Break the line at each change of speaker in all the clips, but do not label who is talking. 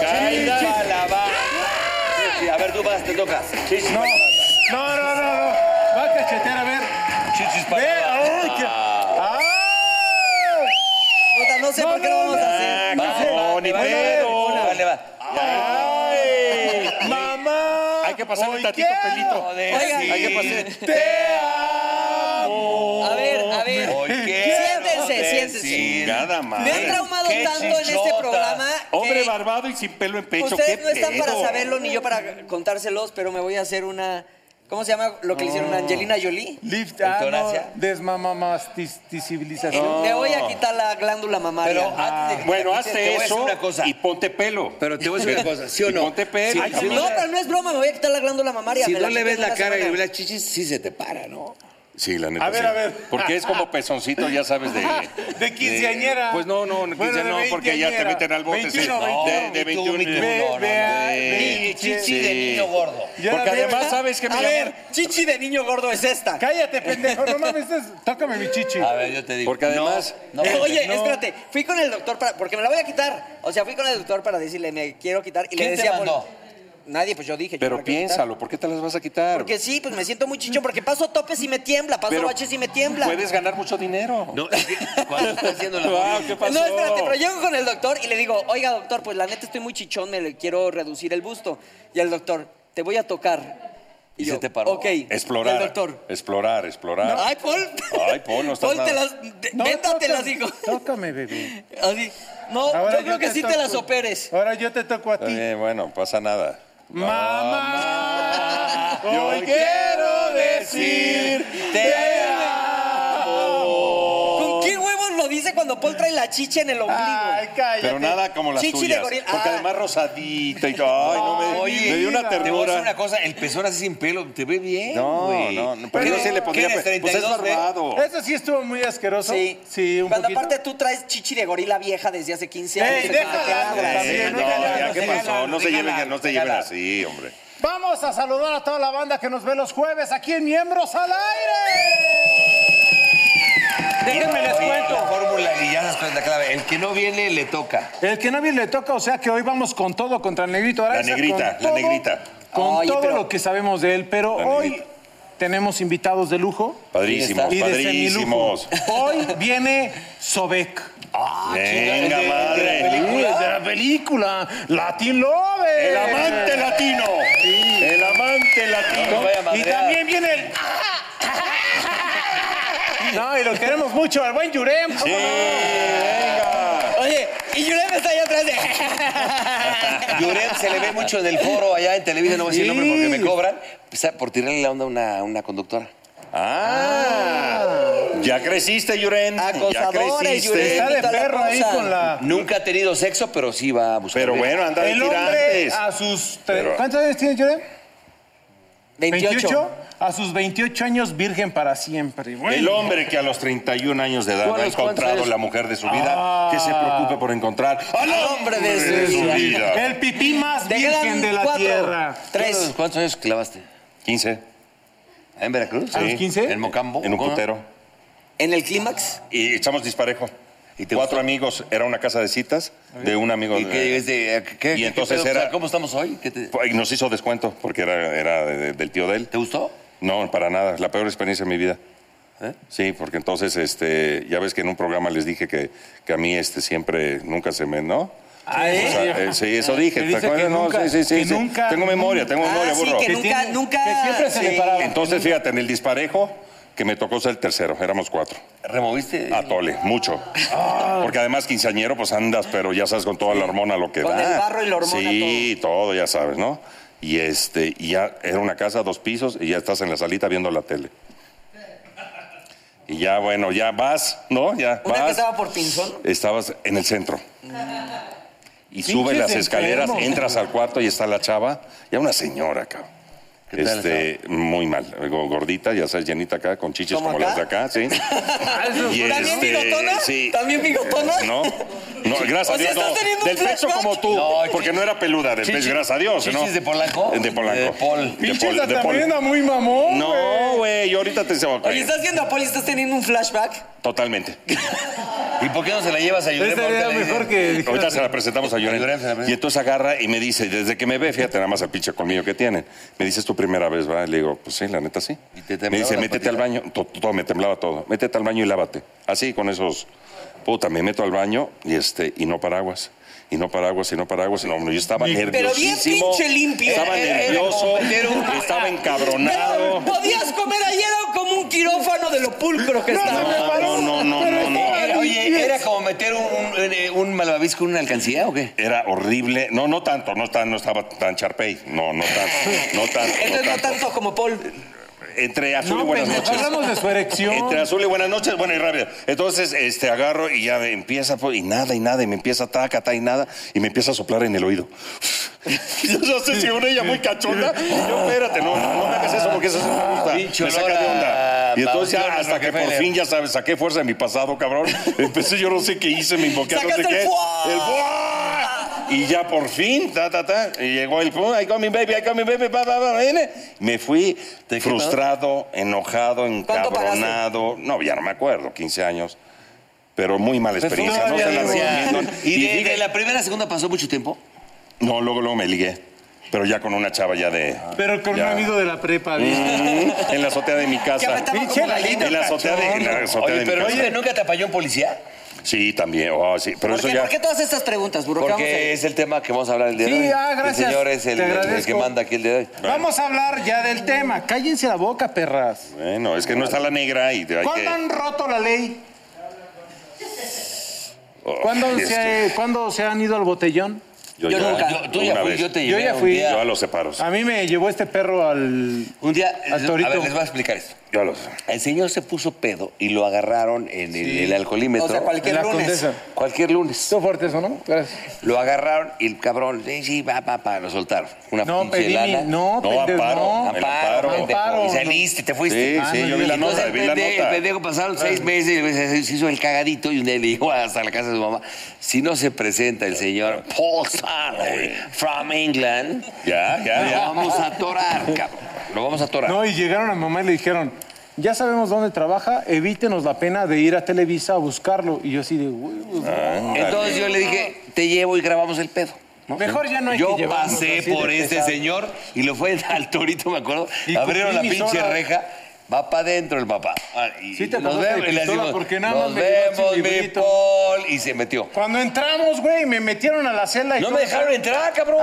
Caiga la bala. Sí, sí, a ver, tú vas, te tocas. Chichis no.
No, no, no, no. Va a cachetear, a ver.
Chichis para
Ve,
la bala.
ay, qué- ¡Ah!
Puta, no Ah, sé por qué lo vamos a hacer.
Va, no, ni
vale,
pedo.
vale,
Ah, Vale, va.
¡Ay! ¡Mamá!
Hay que pasarle
Hoy
tantito
quiero
pelito.
Joder,
Oiga,
sí.
Hay que pasar.
¡Te amo!
A ver, a ver.
Hoy quiero
Siéntense,
decir-
siéntense.
Chingada
Me han
madre.
traumado
Qué
tanto en este
chichota.
programa
Hombre
que
barbado y sin pelo en pecho.
ustedes
¿qué
no están para
pedo?
saberlo ni yo para contárselos, pero me voy a hacer una... ¿Cómo se llama lo que le
Ah.
hicieron a Angelina Jolie?
Lift, ah,
Eutanasia.
no, desmamamasticibilización.
Le voy a quitar la glándula mamaria.
Pero
ah,
antes de que
Bueno,
te quite, te
hazte
voy a decir
eso
una cosa.
y ponte pelo.
Pero te voy a decir una cosa, ¿sí o
Y
no?
ponte
Si-
pelo.
Ay,
Sí,
no,
no, pero no es broma, me voy a quitar la glándula mamaria.
Si
me
no le
quito
ves
en
la
una
cara y
semana.
ves las chichis, sí se te para, ¿no?
Sí, la neta.
A ver,
sí.
a ver.
Porque es como pezoncito, ya sabes, de.
De quinceañera.
pues no, no, no,
Bueno,
quinceañera
de
no, porque ya te
veinteañera.
meten al bote.
21,
sí.
21.
de, de 21 y tú.
Ve-
no, no,
vea-
de-
ve-
Chichi de niño gordo.
Ya
Porque
la veo.
además, ¿sabes qué me
¿Ah? A
llamó?
ver, chichi de niño gordo es esta.
Cállate, pendejo. No mames, estás- tócame mi chichi.
A ver, yo te digo.
Porque además- eh,
No, no,
Oye,
no.
espérate, fui con el doctor para. Porque me la voy a quitar. O sea, fui con el doctor para decirle, me quiero quitar. Y
¿Quién
le
te
decía,
mandó?
nadie, pues yo dije. yo me
Pero
la quiero
piénsalo, ¿por qué te las vas a quitar?
quitar. Porque sí, pues me siento muy chichón, porque paso topes y me tiembla, paso
Pero
baches y me tiembla.
Puedes ganar mucho dinero.
No, es que cuando está haciendo la
Wow, ¿qué pasó?
No, espérate, pero llego con el doctor y le digo, oiga, doctor, pues la neta estoy muy chichón, me le quiero reducir el busto. Y el doctor, te voy a tocar.
¿Y se te paró?
Ok.
Explorar.
El doctor.
Explorar, explorar.
Ay, Paul.
Ay, Paul, no estás
Paul, te
nada-
las.
No,
véntatelas,
tócame,
hijo.
Tócame, bebé.
Así. No,
Ahora
yo creo que sí te
toco.
las operes.
Ahora yo te toco a
Está
ti.
bien, bueno, pasa nada.
Mamá,
Yo
hoy quiero decir
Te
¿Con qué huevos lo dice cuando Paul trae la chicha en el ombligo?
Oh. Ay, cállate.
Pero nada como las
Chichi de
tuyas.
gorila.
Porque
Ah.
además rosadita y todo. Ay, no me,
Oye,
me dio una
Te voy a decir una
ternura.
cosa, el pezón así sin pelo, te ve bien,
No,
güey.
no, no, pero
¿Qué-
yo sí le
qué
pondría.
eres,
Pues es
32, ve?
barbado.
Eso sí estuvo muy asqueroso.
Sí.
Sí, un
Cuando
poquito.
aparte tú traes chichi de gorila vieja desde hace 15 años.
Ey,
¿de qué te
déjala,
hablas?
también,
Eh, no,
déjala,
ya, ¿qué
déjala,
pasó? No se
déjala,
lleven, no se lleven
déjala.
así, hombre.
Vamos a saludar a toda la banda que nos ve los jueves aquí en Miembros al Aire. Déjenme les
Oye,
cuento.
La fórmula y ya las cuentas clave. El que no viene le toca.
El que nadie le toca, o sea que hoy vamos con todo contra el negrito Araiza,
negrita,
con
la
todo-
negrita.
Con
Oye,
todo
pero-
lo que sabemos de él, pero
La
hoy
negrita.
tenemos invitados de lujo.
Padrísimos,
y de
padrísimos.
semilujo. Hoy viene Sobek.
Venga, madre.
De la película Latin Love.
El amante latino. El amante latino.
Vaya
Y
madreada.
también viene el. No, y lo queremos mucho, al buen Yurem. ¿cómo
Sí,
no?
venga.
Oye, y Yurem está allá atrás de...
Llorén se le ve mucho en el foro allá en Televisa, no voy a decir el nombre porque me cobran. pues, ah,
O sea, por tirarle la onda a una, a una conductora.
Ah, ya creciste, Yuren. Ya
Acosadores,
creciste.
Yuren.
Está de
Toda la
perro ahí
cosa.
con la.
Nunca ha tenido sexo, pero sí va a buscar.
Pero bueno, anda de
El hombre
tirantes.
a sus.
Pero-
¿Cuántos años tiene Yurem?
28.
A sus 28 años, virgen para siempre. Bueno.
El hombre que a los 31 años de edad no
¿Cuál
ha
es? ¿Cuántos
encontrado
años?
la mujer de su vida, que se preocupe por encontrar al hombre de su, vida.
El pipí más
Te
virgen
quedan
de la
cuatro.
tierra.
¿Cuántos,
Tres.
cuántos años clavaste?
15,
¿En Veracruz?
¿A los
Sí.
15?
¿En Mocambo?
en un
¿Cómo?
putero.
En el clímax.
Y echamos disparejo.
¿Y te
Cuatro
gustó?
amigos, era una casa de citas de un amigo
¿Y
de-
qué, es de- qué-
Y
qué
entonces
pedo? O sea,
era-
¿Cómo estamos hoy? ¿Qué te,
Fue- y nos hizo descuento porque era, era de- de- del tío de él.
te gustó?
No, para nada, la peor experiencia de mi vida.
¿Eh?
Sí, porque entonces, este, ya ves que en un programa les dije que, que a mí este, siempre, nunca se me, ¿no?
Ah,
O sea,
¿eh?
eh, sí, eso dije.
Que
¿Te
dice que
acuerdas? No,
nunca-
sí, sí, sí,
que
sí.
nunca-
tengo memoria, tengo memoria,
Ah, sí,
burro.
que nunca,
tiene-
nunca.
que siempre se le paraba.
Entonces, fíjate, en el disparejo, que me tocó ser el tercero, éramos cuatro.
¿Removiste?
Atole, Ah, mucho.
Ah.
Porque además quinceañero, pues andas, pero ya sabes, con toda la hormona lo que
Con
da.
el barro y la hormona,
Sí, todo. ya sabes, ¿no? Y este, y ya era una casa, dos pisos, y ya estás en la salita viendo la tele. Y ya, bueno, ya vas, ¿no? Ya
Una que
vas.
estaba por Pinzón.
Estabas en el centro. Y
Pinches
subes las escaleras,
enfermos.
entras al cuarto y está la chava, ya una señora, cabrón.
¿Qué tal la
Este, muy mal, go- gordita, ya sabes, llenita acá, con chiches
¿Como
como las de acá, sí. Ah, Y
¿También
este,
bigotona?
sí.
¿También bigotona?
Eh, No, no, gracias
O sea,
a Dios. no.
¿estás teniendo un
Del pecho
flashback?
como tú,
No,
porque no era peluda, del
Chichis-
pecho, gracias a Dios, ¿no?
chichis de Polanco?
De Polanco.
De Pol.
De
Pinche
Pol, de Pol.
también era muy mamón.
No, güey, yo ahorita te enseño.
Oye, ¿estás viendo a Poli? ¿Estás teniendo un flashback?
Totalmente.
¿Y por qué no se la llevas a Yurem?
Esta
Ahorita
era
le dices-
mejor que...
Ahorita se la presentamos a
Llorente, la verdad.
Llorente. Y entonces agarra y me dice, desde que me ve, fíjate nada más el pinche colmillo que tiene. Me dice, es tu primera vez, ¿verdad? Le digo, pues sí, la neta sí.
¿Y te
me
temblaba
dice,
la
métete
patita?
al baño. To- Todo, me temblaba todo. Métete al baño y lávate. Así, con esos... Puta, me meto al baño y, este, y no paraguas. Y no paraguas, y no paraguas. Y no, yo estaba
Pero bien
nerviosísimo.
pinche limpio. eh,
Estaba
Era- era
nervioso,
como meter un-
estaba encabronado.
Pero podías comer ayer como un quirófano de lo pulcro que estaba.
No, no, no, no, no.
Era- Oye, ¿era como meter un, un, eh, un malvavisco en una alcancía o qué?
Era horrible. No, no tanto, no, tan, no estaba tan charpey. No, no tanto. No tanto.
Entonces no tanto como Paul.
Entre azul y
No,
buenas
pendejo,
noches.
hablamos de su erección.
Entre azul y buenas noches, bueno y rápido. Entonces, este, agarro y ya empieza, pues, y nada, y nada, y me empieza taca, ta, y nada, y me empieza a soplar en el oído. Y yo no sé si una ella muy cachonda. y Yo, espérate, no, no me hagas eso porque eso sí no me gusta.
Pinche
me saca
olor
de
a
onda. Y entonces ya
Bautión,
hasta que por
Rockefeller.
fin, ya sabes, saqué fuerza de mi pasado, cabrón. Empecé, yo no sé qué hice, me invoqué, no sé
Sacaste el
qué.
fuá.
El fuá. Y ya por fin, ta, ta, ta, y llegó el pum, I got me baby, I got me baby, pa, pa, pa, viene. Me fui
¿Te quedó?
frustrado, enojado,
¿Cuánto pagaste?
encabronado. No, ya no me acuerdo, 15 años. Pero muy mala
Pues
experiencia,
no,
no se la
ya.
recomiendo.
¿Y de,
dije-
de la primera a segunda pasó mucho tiempo?
No, luego, luego me ligué. Pero ya con una chava ya de...
Pero con un
Ya.
amigo de la prepa, bien.
Mm, en la azotea de mi
Que
casa.
apretaba como gallina.
En la azotea de, en la azotea
Oye,
de mi
pero
casa.
oye, ¿nunca te apañó un policía?
Sí, también. Oh, sí. Pero
¿Por
eso
qué,
ya...
por qué todas estas preguntas, burro? ¿Qué vamos a
Porque
ir?
es el tema que vamos a hablar el día de
Sí,
hoy.
ah, gracias.
El señor es el,
Te
el
agradezco.
que manda aquí el día de hoy.
Vamos a hablar ya del tema. Cállense la boca, perras.
Bueno, es que no está la negra y hay que...
¿Cuándo han roto la ley?
Oh,
¿Cuándo,
es que-
se, ¿cuándo se han ido al botellón?
Yo,
Yo
ya-
nunca.
Yo, tú ya
una
fui,
vez.
yo te
Yo
llevé
ya
un
fui.
día-
Yo a los separos.
Ah,
A mí me llevó este perro al...
Un día, eh,
Al torito.
a ver, les voy a explicar esto.
Yo a los...
El señor se puso pedo y lo agarraron en el, el alcoholímetro.
O sea,
en
cualquier
la
lunes.
Condesa.
Cualquier lunes.
Estuvo fuerte eso, ¿no? Gracias.
Lo agarraron y el cabrón, sí, sí, va, va, va, lo soltaron. Una
No,
pinche
pedí mi-
lana.
No,
No,
pendejo,
amparo.
no.
El
Amparo,
amparo.
pendejo.
Amparo.
Y saliste, te fuiste.
Sí,
Ah,
sí,
no,
yo vi la
Entonces,
nota,
el,
vi la
pendejo, el
nota. Ah.
pendejo pasaron seis meses, y pues, se- se hizo el cagadito y un día le dijo hasta la casa de su mamá, si no se presenta el señor Paul Stanley from England,
Ya, ya,
lo
ya.
vamos a atorar, cabrón. Lo vamos a atorar.
No, y llegaron a mamá y le dijeron, ya sabemos dónde trabaja, evítenos la pena de ir a Televisa a buscarlo. Y yo así de... "Uy, pues, uy, uy".
Entonces yo le dije, te llevo y grabamos el pedo. Ah, ¿no?
Mejor ya no hay
Yo
que llevarnos
pasé
así de
por este
pesado.
señor y lo fue al torito, me acuerdo.
Y
Abrieron
cumplí
la
mis
pinche
horas.
reja. Va para adentro el papá. Ah, y
Sí te
nos
pasaste de
vemos, y le
pistola
decimos,
porque nada
nos
más me llegó el
vemos, mi
silbidito.
Paul. Y se metió.
Cuando entramos, güey, me metieron a la celda y...
No
todo.
me dejaron entrar, cabrón.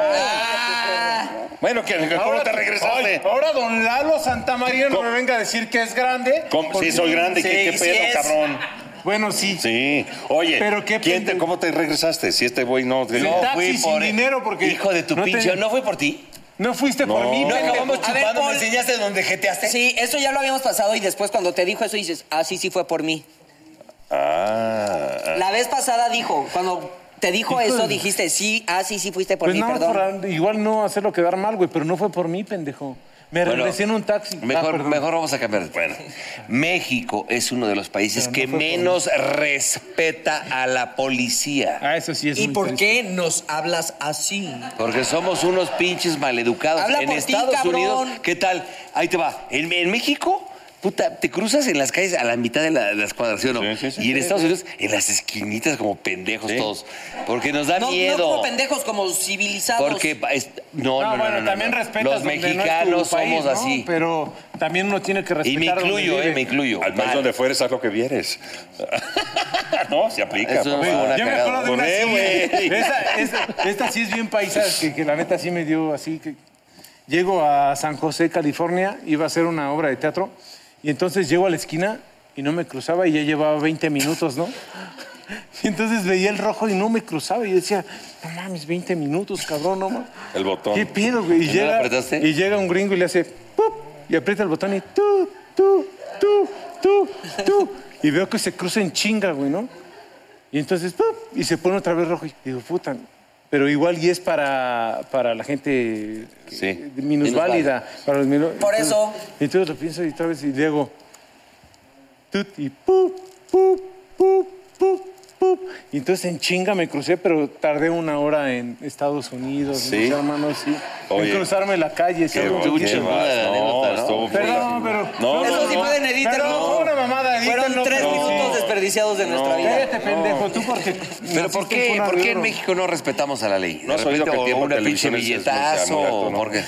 Bueno, que que ¿cómo
Ahora
te regresaste?
Ay, Ahora don Lalo Santamaría no
¿Cómo?
me venga a decir que es grande.
¿Cómo?
porque-
Sí, soy grande, ¿qué, qué
Sí,
pedo,
sí es.
cabrón?
Bueno, sí.
Sí. Oye,
Pero qué
¿quién te,
pendejo.
¿cómo te regresaste? Si este güey no...
Sin
no,
taxi, sin dinero, porque
Hijo de tu
no te-
pinche, ¿no fue por ti?
No fuiste por mí,
No,
pendejo.
acabamos
A ver,
chupando,
Paul.
me enseñaste donde jeteaste.
Sí, eso ya lo habíamos pasado y después cuando te dijo eso dices, ah, sí, sí fue por mí.
Ah,
La vez pasada dijo, cuando te dijo
Hijo
eso
de-
dijiste, sí, ah, sí, sí fuiste por
Pues
mí,
nada más
perdón.
por- igual no hacerlo quedar mal, güey, pero no fue por mí, pendejo. Me
Bueno,
regresé en un taxi. Ah,
Mejor,
perdón.
mejor vamos a cambiar. Bueno, México es uno de los países que menos respeta a la policía.
Ah, eso sí es
¿Y
muy
por
triste.
qué nos hablas así?
Porque somos unos pinches maleducados.
Habla
en
por ti,
Estados
cabrón.
Unidos, ¿qué tal? Ahí te va. En, en México Puta, te cruzas en las calles a la mitad de la- las cuadras, ¿sí o no?
Sí, sí, sí,
y en
sí,
Estados
sí.
Unidos, en las esquinitas como pendejos
Sí.
todos. Porque nos da
No,
miedo.
no como pendejos, como civilizados.
Porque es-
No,
no, no, no,
bueno,
no, no,
también
no.
respetas
Los
donde no es tu
mexicanos
país,
somos
¿no?
así.
Pero también uno tiene que respetar
Y me
donde
incluyo, eh,
vive.
me incluyo.
Al país
Mal.
donde fueres, haz lo que vieres. no, se aplica.
Eso
papá.
es una
Yo me
cagada.
acuerdo de una
Corre,
así,
güey.
Esta, esta- esta sí es bien paisa, que, que la neta sí me dio así que... Llego a San José, California, iba a hacer una obra de teatro y entonces llego a la esquina y no me cruzaba y ya llevaba 20 minutos, ¿no? Y entonces veía el rojo y no me cruzaba y yo decía, no mames, 20 minutos, cabrón, no mames.
El botón.
¿Qué pedo, güey? Y,
¿Y no lo
llega,
apretaste?
y llega un gringo y le hace, ¡pup! Y aprieta el botón y tú, tú, tú, tú, tú. Y veo que se cruza en chinga, güey, ¿no? Y entonces, ¡pum! y se pone otra vez rojo. Y digo, puta. Pero igual y es para, para la gente
Sí.
eh, minusválida. Para los minu-
Por eso.
Y entonces lo pienso y otra vez y digo, tut, y pu, pu, pu, pu, pu. Y entonces en chinga me crucé, pero tardé una hora en Estados Unidos,
Sí.
mis hermanos, sí.
Oye.
En cruzarme la calle,
Qué
¿sabes?
bo-
Tú,
qué
chingón,
vas.
la anécdota, ¿no?
estuvo
Perdón,
buenísimo.
pero.
No,
Eso
no,
sí
no.
pueden editar,
Perdón,
no.
fue una mamada,
Fueron
edítenlo,
tres
pero-
minutos desperdiciados de nuestra vida.
Cállate, pendejo, tú porque.
Pero ¿por qué, ¿por qué en México no respetamos a la ley?
No
De
has oído
repente,
que
o
el tiempo
una
de
pinche
televisión es- es muy
billetazo,
muy alto,
o
¿no?
porque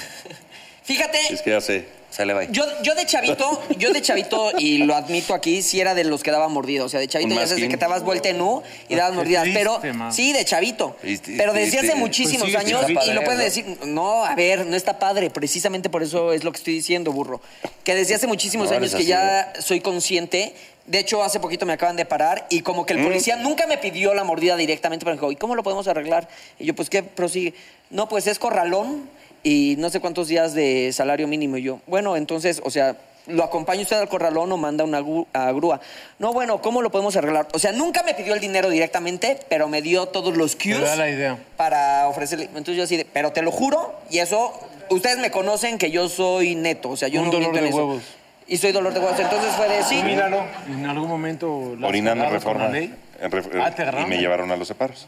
Fíjate,
Es que ya sé.
se le va.
Yo, yo de chavito, yo de chavito, y lo admito aquí, sí era de los que daba mordida. O sea, de chavito
Un
ya sabes de
mastín.
que te dabas vuelta en U y dabas
Qué
mordidas.
triste,
pero
man.
sí, de chavito.
Triste,
pero desde hace
triste.
muchísimos
Pues sí,
años,
está
y
padre,
lo pueden
¿no?
decir, no, a ver, no está padre. Precisamente por eso es lo que estoy diciendo, burro. Que desde hace muchísimos
No,
años
eres
que
así,
ya
eh.
soy consciente. De hecho, hace poquito me acaban de parar y como que
Mm.
el policía nunca me pidió la mordida directamente, pero me dijo, ¿y cómo lo podemos arreglar? Y yo, pues, ¿qué prosigue? No, pues es corralón y no sé cuántos días de salario mínimo. Y yo, bueno, entonces, o sea, ¿lo acompaña usted al corralón o manda una gru- a grúa? No, bueno, ¿cómo lo podemos arreglar? O sea, nunca me pidió el dinero directamente, pero me dio todos los cues
da la idea.
para ofrecerle. Entonces yo así de, pero te lo juro, y eso, ustedes me conocen que yo soy neto, o sea, yo
Un
no
dolor
miento en
de
eso.
huevos.
Y soy dolor de huevos. Entonces fue de sí.
Míralo, en algún momento. la has
Orinando en
cagado con
reforma.
la ley.
En ref-
Ah, te agarraron.
y me llevaron a los separos.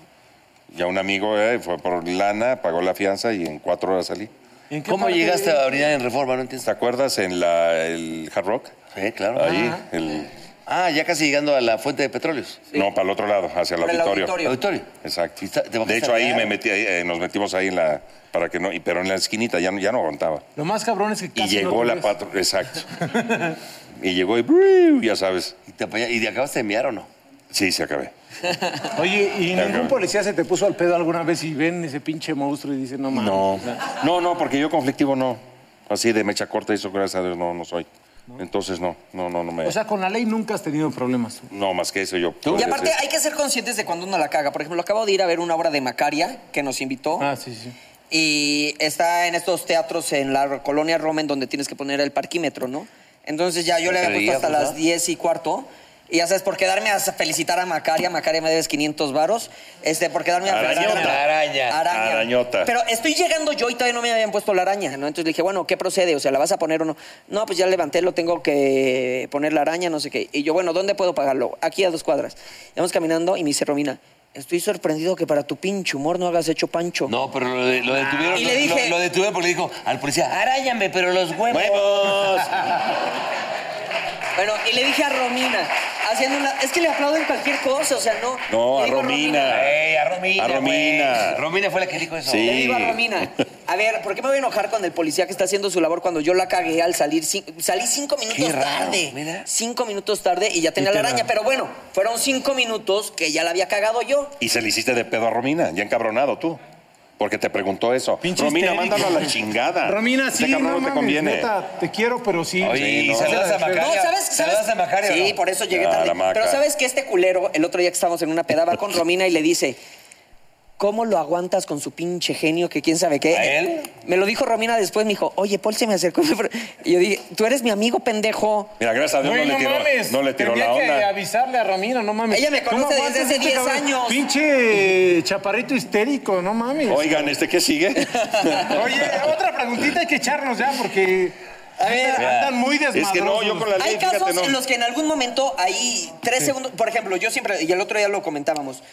Ya un amigo eh, fue por lana, pagó la fianza y en cuatro horas salí.
¿En qué
¿Cómo
parte?
llegaste a orinar en reforma? No
¿Te
entiendo.
acuerdas en la, el Hard Rock?
Sí, claro.
Ahí,
Ah.
el-
Ah, ya casi llegando a la fuente de petróleos.
no, para el otro lado, hacia el
Por el
auditorio.
auditorio.
Auditorio.
Exacto.
Y está- te bajaste
De hecho,
a
ahí
mear.
me metí, ahí, eh, nos metimos ahí en la, para que no, y- pero en la esquinita ya, no- ya no aguantaba.
Lo más cabrón es que
Y
casi no
llegó
te
la
ves.
patrulla, exacto. y llegó y, ¡briu! ya sabes,
¿Y te, apaña- y te acabaste de miar o no?
sí, se acabé.
Oye, ¿y
Ya,
ningún
cabrón.
policía se te puso al pedo alguna vez y ven ese pinche monstruo y dicen, no mames?
No,
o sea,
no, no, porque yo conflictivo no. Así de mecha corta, eso gracias a Dios no, no soy. Entonces no, no, no, no me.
O sea, con la ley nunca has tenido problemas. tú.
no, más que eso yo.
Y aparte hay que ser conscientes de cuando uno la caga. Por ejemplo, acabo de ir a ver una obra de Macaria que nos invitó.
Ah, sí, sí.
Y está en estos teatros en la colonia Roma en donde tienes que poner el parquímetro, ¿no? Entonces ya yo le había
Pero
puesto hasta
digamos,
las
¿no?
10 y cuarto. Y ya sabes, por quedarme a felicitar a Macaria, Macaria me debes 500 varos, este, por quedarme a
Arañota.
felicitar a-
Araña.
araña.
Arañota.
Pero estoy llegando yo y todavía no me habían puesto la araña, ¿no? Entonces le dije, bueno, ¿qué procede? O sea, ¿la vas a poner o no? No, pues ya levanté, lo tengo que poner la araña, no sé qué. Y yo, bueno, ¿dónde puedo pagarlo? Aquí a dos cuadras. Y vamos caminando y me dice Romina, estoy sorprendido que para tu pinche humor no hagas hecho pancho.
No, pero lo, de- lo detuvieron.
Ah, Y le
lo-
dije-
Lo, lo detuvieron porque le dijo al policía, aráñame, pero los huevos. ¡Huevos!
Bueno, y le dije a Romina, haciendo una... Es que le aplauden cualquier cosa, o sea, no...
No,
Le
a
digo
Romina.
¡Ey, a Romina!
A Romina.
güey. Romina fue la que dijo eso.
Sí.
Le digo a Romina, a ver, ¿por qué me voy a enojar con el policía que está haciendo su labor cuando yo la cagué al salir? cin- salí cinco minutos
Qué raro,
tarde.
mira.
Cinco minutos tarde y ya tenía la araña. Pero bueno, fueron cinco minutos que ya la había cagado yo.
Y se le hiciste de pedo a Romina, ya encabronado tú. Porque te preguntó eso.
Pinche
Romina,
histérica.
mándalo a la chingada.
Romina,
Ese
sí,
cabrón
no
te
mames,
conviene.
neta, te quiero, pero sí.
Oye,
Sí,
y
no.
saludas a Macario.
No, ¿sabes? ¿sabes?
¿Saludas a Macario,
Sí,
no?
por eso llegué
Ya,
tarde.
Ah, la maca.
Pero ¿sabes que este culero, el otro día que estábamos en una peda, va con Romina y le dice... ¿Cómo lo aguantas con su pinche genio que quién sabe qué?
¿A él?
Me lo dijo Romina después, me dijo, oye, Paul se me acercó. Y yo dije, tú eres mi amigo, pendejo.
Mira, gracias a Dios
Güey, no
no, le tiró,
mames,
no le tiró la
Tenía que
onda.
avisarle a Romina, no mames.
Ella me
¿Cómo
conoce desde
aguantas
hace
este
10
cabrón?
años.
Pinche chaparrito histérico, no mames.
Oigan, ¿este qué sigue?
Oye, otra preguntita hay que echarnos ya porque
A ver,
andan muy desmadrosos.
es que no, yo con la ley,
Hay casos
fíjate, no.
en los que en algún momento hay tres segundos. Por ejemplo, yo siempre, y el otro día lo comentábamos.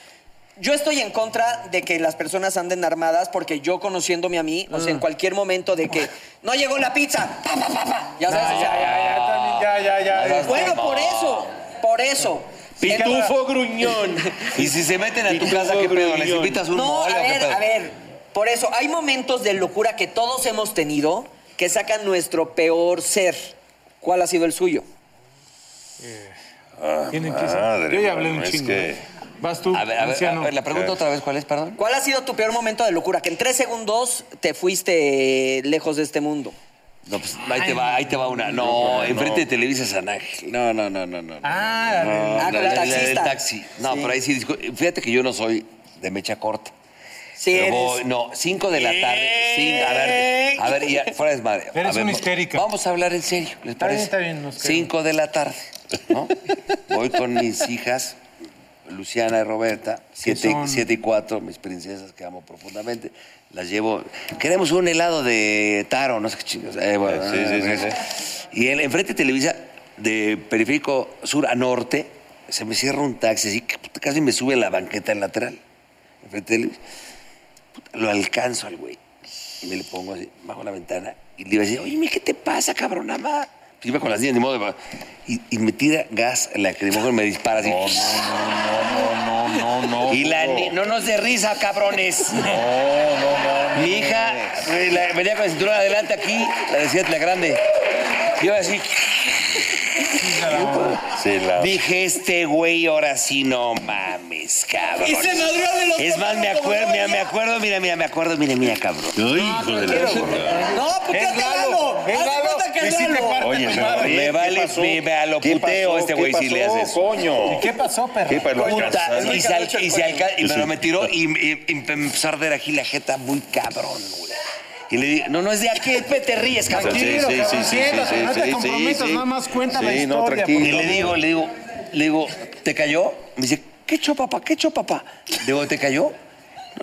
Yo estoy en contra de que las personas anden armadas porque yo conociéndome a
Mm.
mí, o sea, en cualquier momento de que no llegó la pizza, pa, pa, pa, pa, ya sabes, o
Ya,
sea,
ya, ya, también, ya, ya,
Ah,
ya.
Bueno, por eso, por eso.
Pitufo gruñón.
Y si se meten a tu
Pitufo
casa, ¿qué pedo? ¿Les
gruñón.
invitas un
No,
mole
a
o qué
ver,
pedo?
a ver. Por eso, hay momentos de locura que todos hemos tenido que sacan nuestro peor ser. ¿Cuál ha sido el suyo?
Tienen que ser.
Madre
Yo ya hablé un
mano, es
chingo.
que-
¿eh? Vas tú,
A ver, a ver, a
Luciano.
ver, la pregunta otra vez, ¿cuál es, perdón?
¿Cuál ha sido tu peor momento de locura? Que en tres segundos te fuiste lejos de este mundo.
No, pues ahí te va, ahí te va una. No, enfrente de Televisa San Ángel. No, no, no, no, no.
Ah, la de-
No,
Ah,
la-
con el
la- la
taxista.
del taxi. No,
Sí.
pero ahí sí. discu- Fíjate que yo no soy de mecha corta.
Sí,
Pero
eres-
voy- no, 5 de la tarde. sí, a ver, a ver, ya, fuera de madre.
Eres una histérica.
Vamos a hablar en serio, ¿les
Está
parece?
bien, está bien, nos quedamos.
5 de la tarde, ¿no? Voy con mis hijas, Luciana y Roberta, siete,
son?
siete y cuatro, mis princesas que amo profundamente. Las llevo. Queremos un helado de taro, no sé qué chingos. Eh, bueno,
Sí, sí, sí, sí.
y en, enfrente de Televisa, de periférico sur a norte, se me cierra un taxi, así que puta, casi me sube a la banqueta lateral. Enfrente de Televisa. Puta, Lo alcanzo al güey. Y me le pongo así, bajo la ventana. Y le iba a decir, oye, mira, ¿qué te pasa, cabrón? Nada más. Pues iba con las niñas, ni modo. de- Y, y me tira gas lacrimógeno y me dispara así.
Oh, No, no, no, no, no,
Oh,
no.
Y la ni- no nos dé risa, cabrones.
No, no, no.
Mi hija eh, la- venía con el cinturón adelante aquí, la decía la grande. Y Yo así,
Sí, la...
dije, este güey ahora sí no mames, cabrón.
Y se madreó de los
Es más, me acuerdo, mira, me acuerdo, mira, mira, me acuerdo, mira, mira, cabrón.
Ay, hijo de la chingada.
No, ¿por qué
Es
te
Lalo,
Lalo?
es
Haz de
Lalo,
cuenta que
y
es
sí te
Lalo.
parte.
Oye,
Me
me
vale,
¿qué
vale,
pasó?
me- me a lo
¿Qué
puteo
pasó?
este
¿Qué
güey si
pasó,
le haces.
coño?
¿Y qué pasó, perro?
¿Qué pa- lo
Puta,
alcanzaron?
y, se al- y se alca- y
Sí.
me lo me tiró y, y- y me empezó a arder aquí la jeta muy cabrón, güey. Y le dije, no, no es de aquí, pe, te ríes, cabrón.
Sí, sí,
Tranquilo,
sí,
cabrón,
sí,
siéntate,
sí,
no te
sí,
comprometas,
sí, sí.
nada más cuenta la
Sí, no,
historia,
tranquilo.
por
Y le digo, le digo, le digo, ¿te cayó? Me dice, ¿qué echó papá? ¿Qué echó papá? Le digo, ¿te cayó?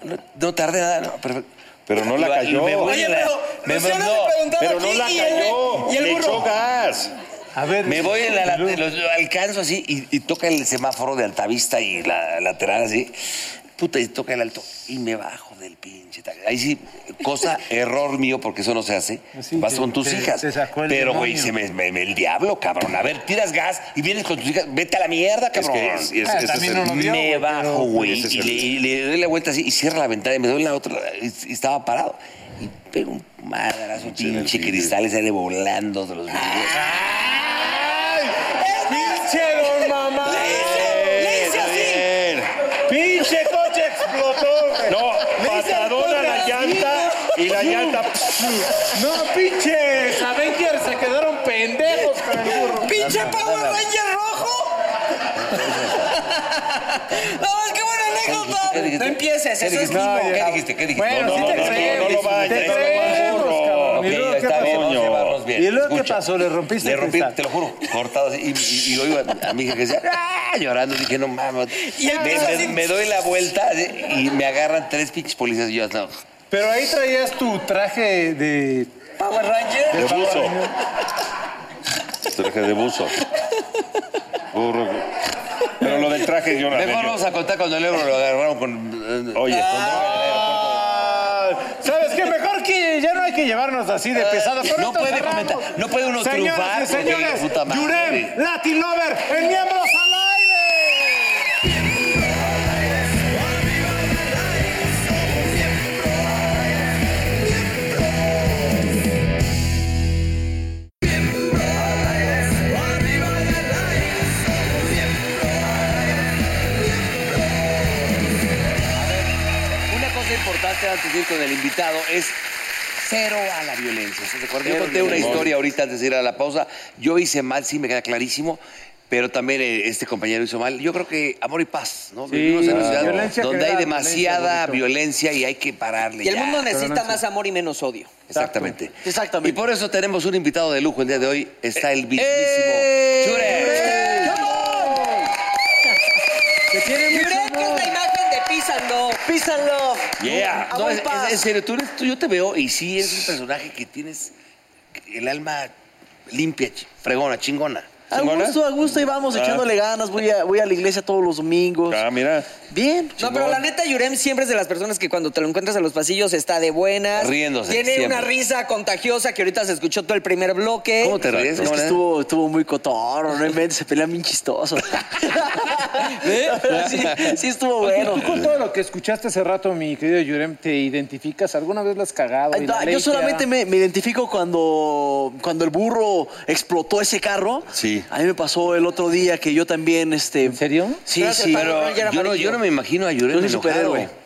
No, no, no tardé nada, no, perfecto.
Pero no la
Iba-
cayó.
me voy
Oye,
a la-
pero
me
Luciano
mandó-
le preguntaba
Pero no
aquí
la
y el-
cayó.
y el
Le
burro.
echó gas.
A ver.
Me voy en la
Lu-
late- los- lo alcanzo así y, y toca el semáforo de altavista y la lateral así. Puta, y toca el alto y me bajo del pinche. taxi. Ahí sí, cosa, error mío, porque eso no se hace.
Sí,
Vas
te-
con tus
te-
hijas.
te sacó el
Pero, güey,
demonio.
se me, me- me- el diablo, cabrón. A ver, tiras gas y vienes con tus hijas. Vete a la mierda,
Es
cabrón.
que es, es-
Ah,
ese es
también
el-
no lo vio,
me
güey, pero-
bajo, güey,
Ese es
y,
el-
le- y le doy la vuelta así, y cierra la ventana, y me doy la otra, y, y estaba parado. Y pego un madrazo, pinche
delfín,
cristal, y sale volando de los vidrios.
Ah, ¡Pinche don mamá!
Eh,
Le hice así.
Bien.
¡Pinche coche explotó, güey!
No, patadón a la llanta y la llanta.
No, pinches Avengers se quedaron pendejos con el burro.
¡Pinche Power Ranger rojo! no, es que buena
¿Qué
anécdota.
dijiste?
No empieces,
¿Qué
eso es
dijiste?
vivo.
¿Qué dijiste? ¿Qué dijiste?
Bueno,
No,
sí
no,
te
no, no,
creo.
no lo
te
vayas, no lo
creemos,
vayas,
cabrón.
Ok,
¿Y luego qué
está bien,
pasó?
vamos a llevarnos bien.
¿Y luego qué
Escucha.
pasó? ¿Le rompiste
Le
el
rompí,
cristal?
te lo juro, cortado así. Y, y- y oigo a, a mi hija que decía, ¡ah! llorando. Dije, no mames.
Y él
me,
empieza
me-
así.
me doy la vuelta así, y me agarran tres pinches policías. Y yo, no.
Pero ahí traías tu traje de...
Power Ranger.
De buzo. Traje de buzo. Burro. Pero lo del traje yo la
Mejor vamos a contar cuando el euro lo agarraron con. eh,
Oye,
Ah, ¿Sabes qué? Mejor que ya no hay que llevarnos así de pesada. Con
no
esto
puede
cerramos.
comentar, no puede uno
Señoras
triunfar
y
porque,
señores,
puta madre.
Yurem, Latin Lover, en Miembros al Aire.
Una cosa importante antes de ir con el invitado es cero a la violencia. ¿Estás de acuerdo? Yo conté una historia ahorita antes de ir a la pausa. Yo hice mal, sí, me queda clarísimo. Pero también eh, este compañero hizo mal. Yo creo que amor y paz, ¿no? Vivimos en una ciudad
violencia
donde
general,
hay demasiada
violencia,
violencia, y hay que pararle.
Y el
ya.
mundo necesita más amor y menos odio.
Exactamente.
Exactamente.
Y por eso tenemos un invitado de lujo el día de hoy. Está el bellísimo
Eh,
Chure.
Que tiene mucho
Creo que es
amor.
la imagen de Písalo. Písalo.
Yeah.
Amor
No,
y
es,
paz.
es- en serio, tú, eres- tú- yo te veo y sí es un personaje que tienes el alma limpia, chi- fregona, chingona.
A
¿Chingona?
gusto, a gusto, y vamos echándole ganas. Voy a, voy a la iglesia todos los domingos.
Ah, mira.
Bien.
No, pero la neta, Yurem siempre es de las personas que cuando te lo encuentras en los pasillos está de buenas.
Riéndose,
Tiene
siempre.
una risa contagiosa que ahorita se escuchó todo el primer bloque.
¿Cómo te ríes?
Es que
¿Cómo le-
estuvo, estuvo muy cotorro, no inventes, se pelean bien chistoso. La verdad, sí, sí estuvo bueno.
Tú con todo lo que escuchaste hace rato, mi querido Yurem, ¿te identificas? ¿Alguna vez la has cagado?
Ay,
Y
no,
la ley
yo
te
solamente
ha-
me, me identifico cuando, cuando el burro explotó ese carro.
Sí.
A mí me pasó el otro día que yo también, este...
¿En serio?
Sí,
Pero-
sí.
pero-
Pero yo no, yo no me imagino a Yurem
Yo soy
enojado.
superhéroe.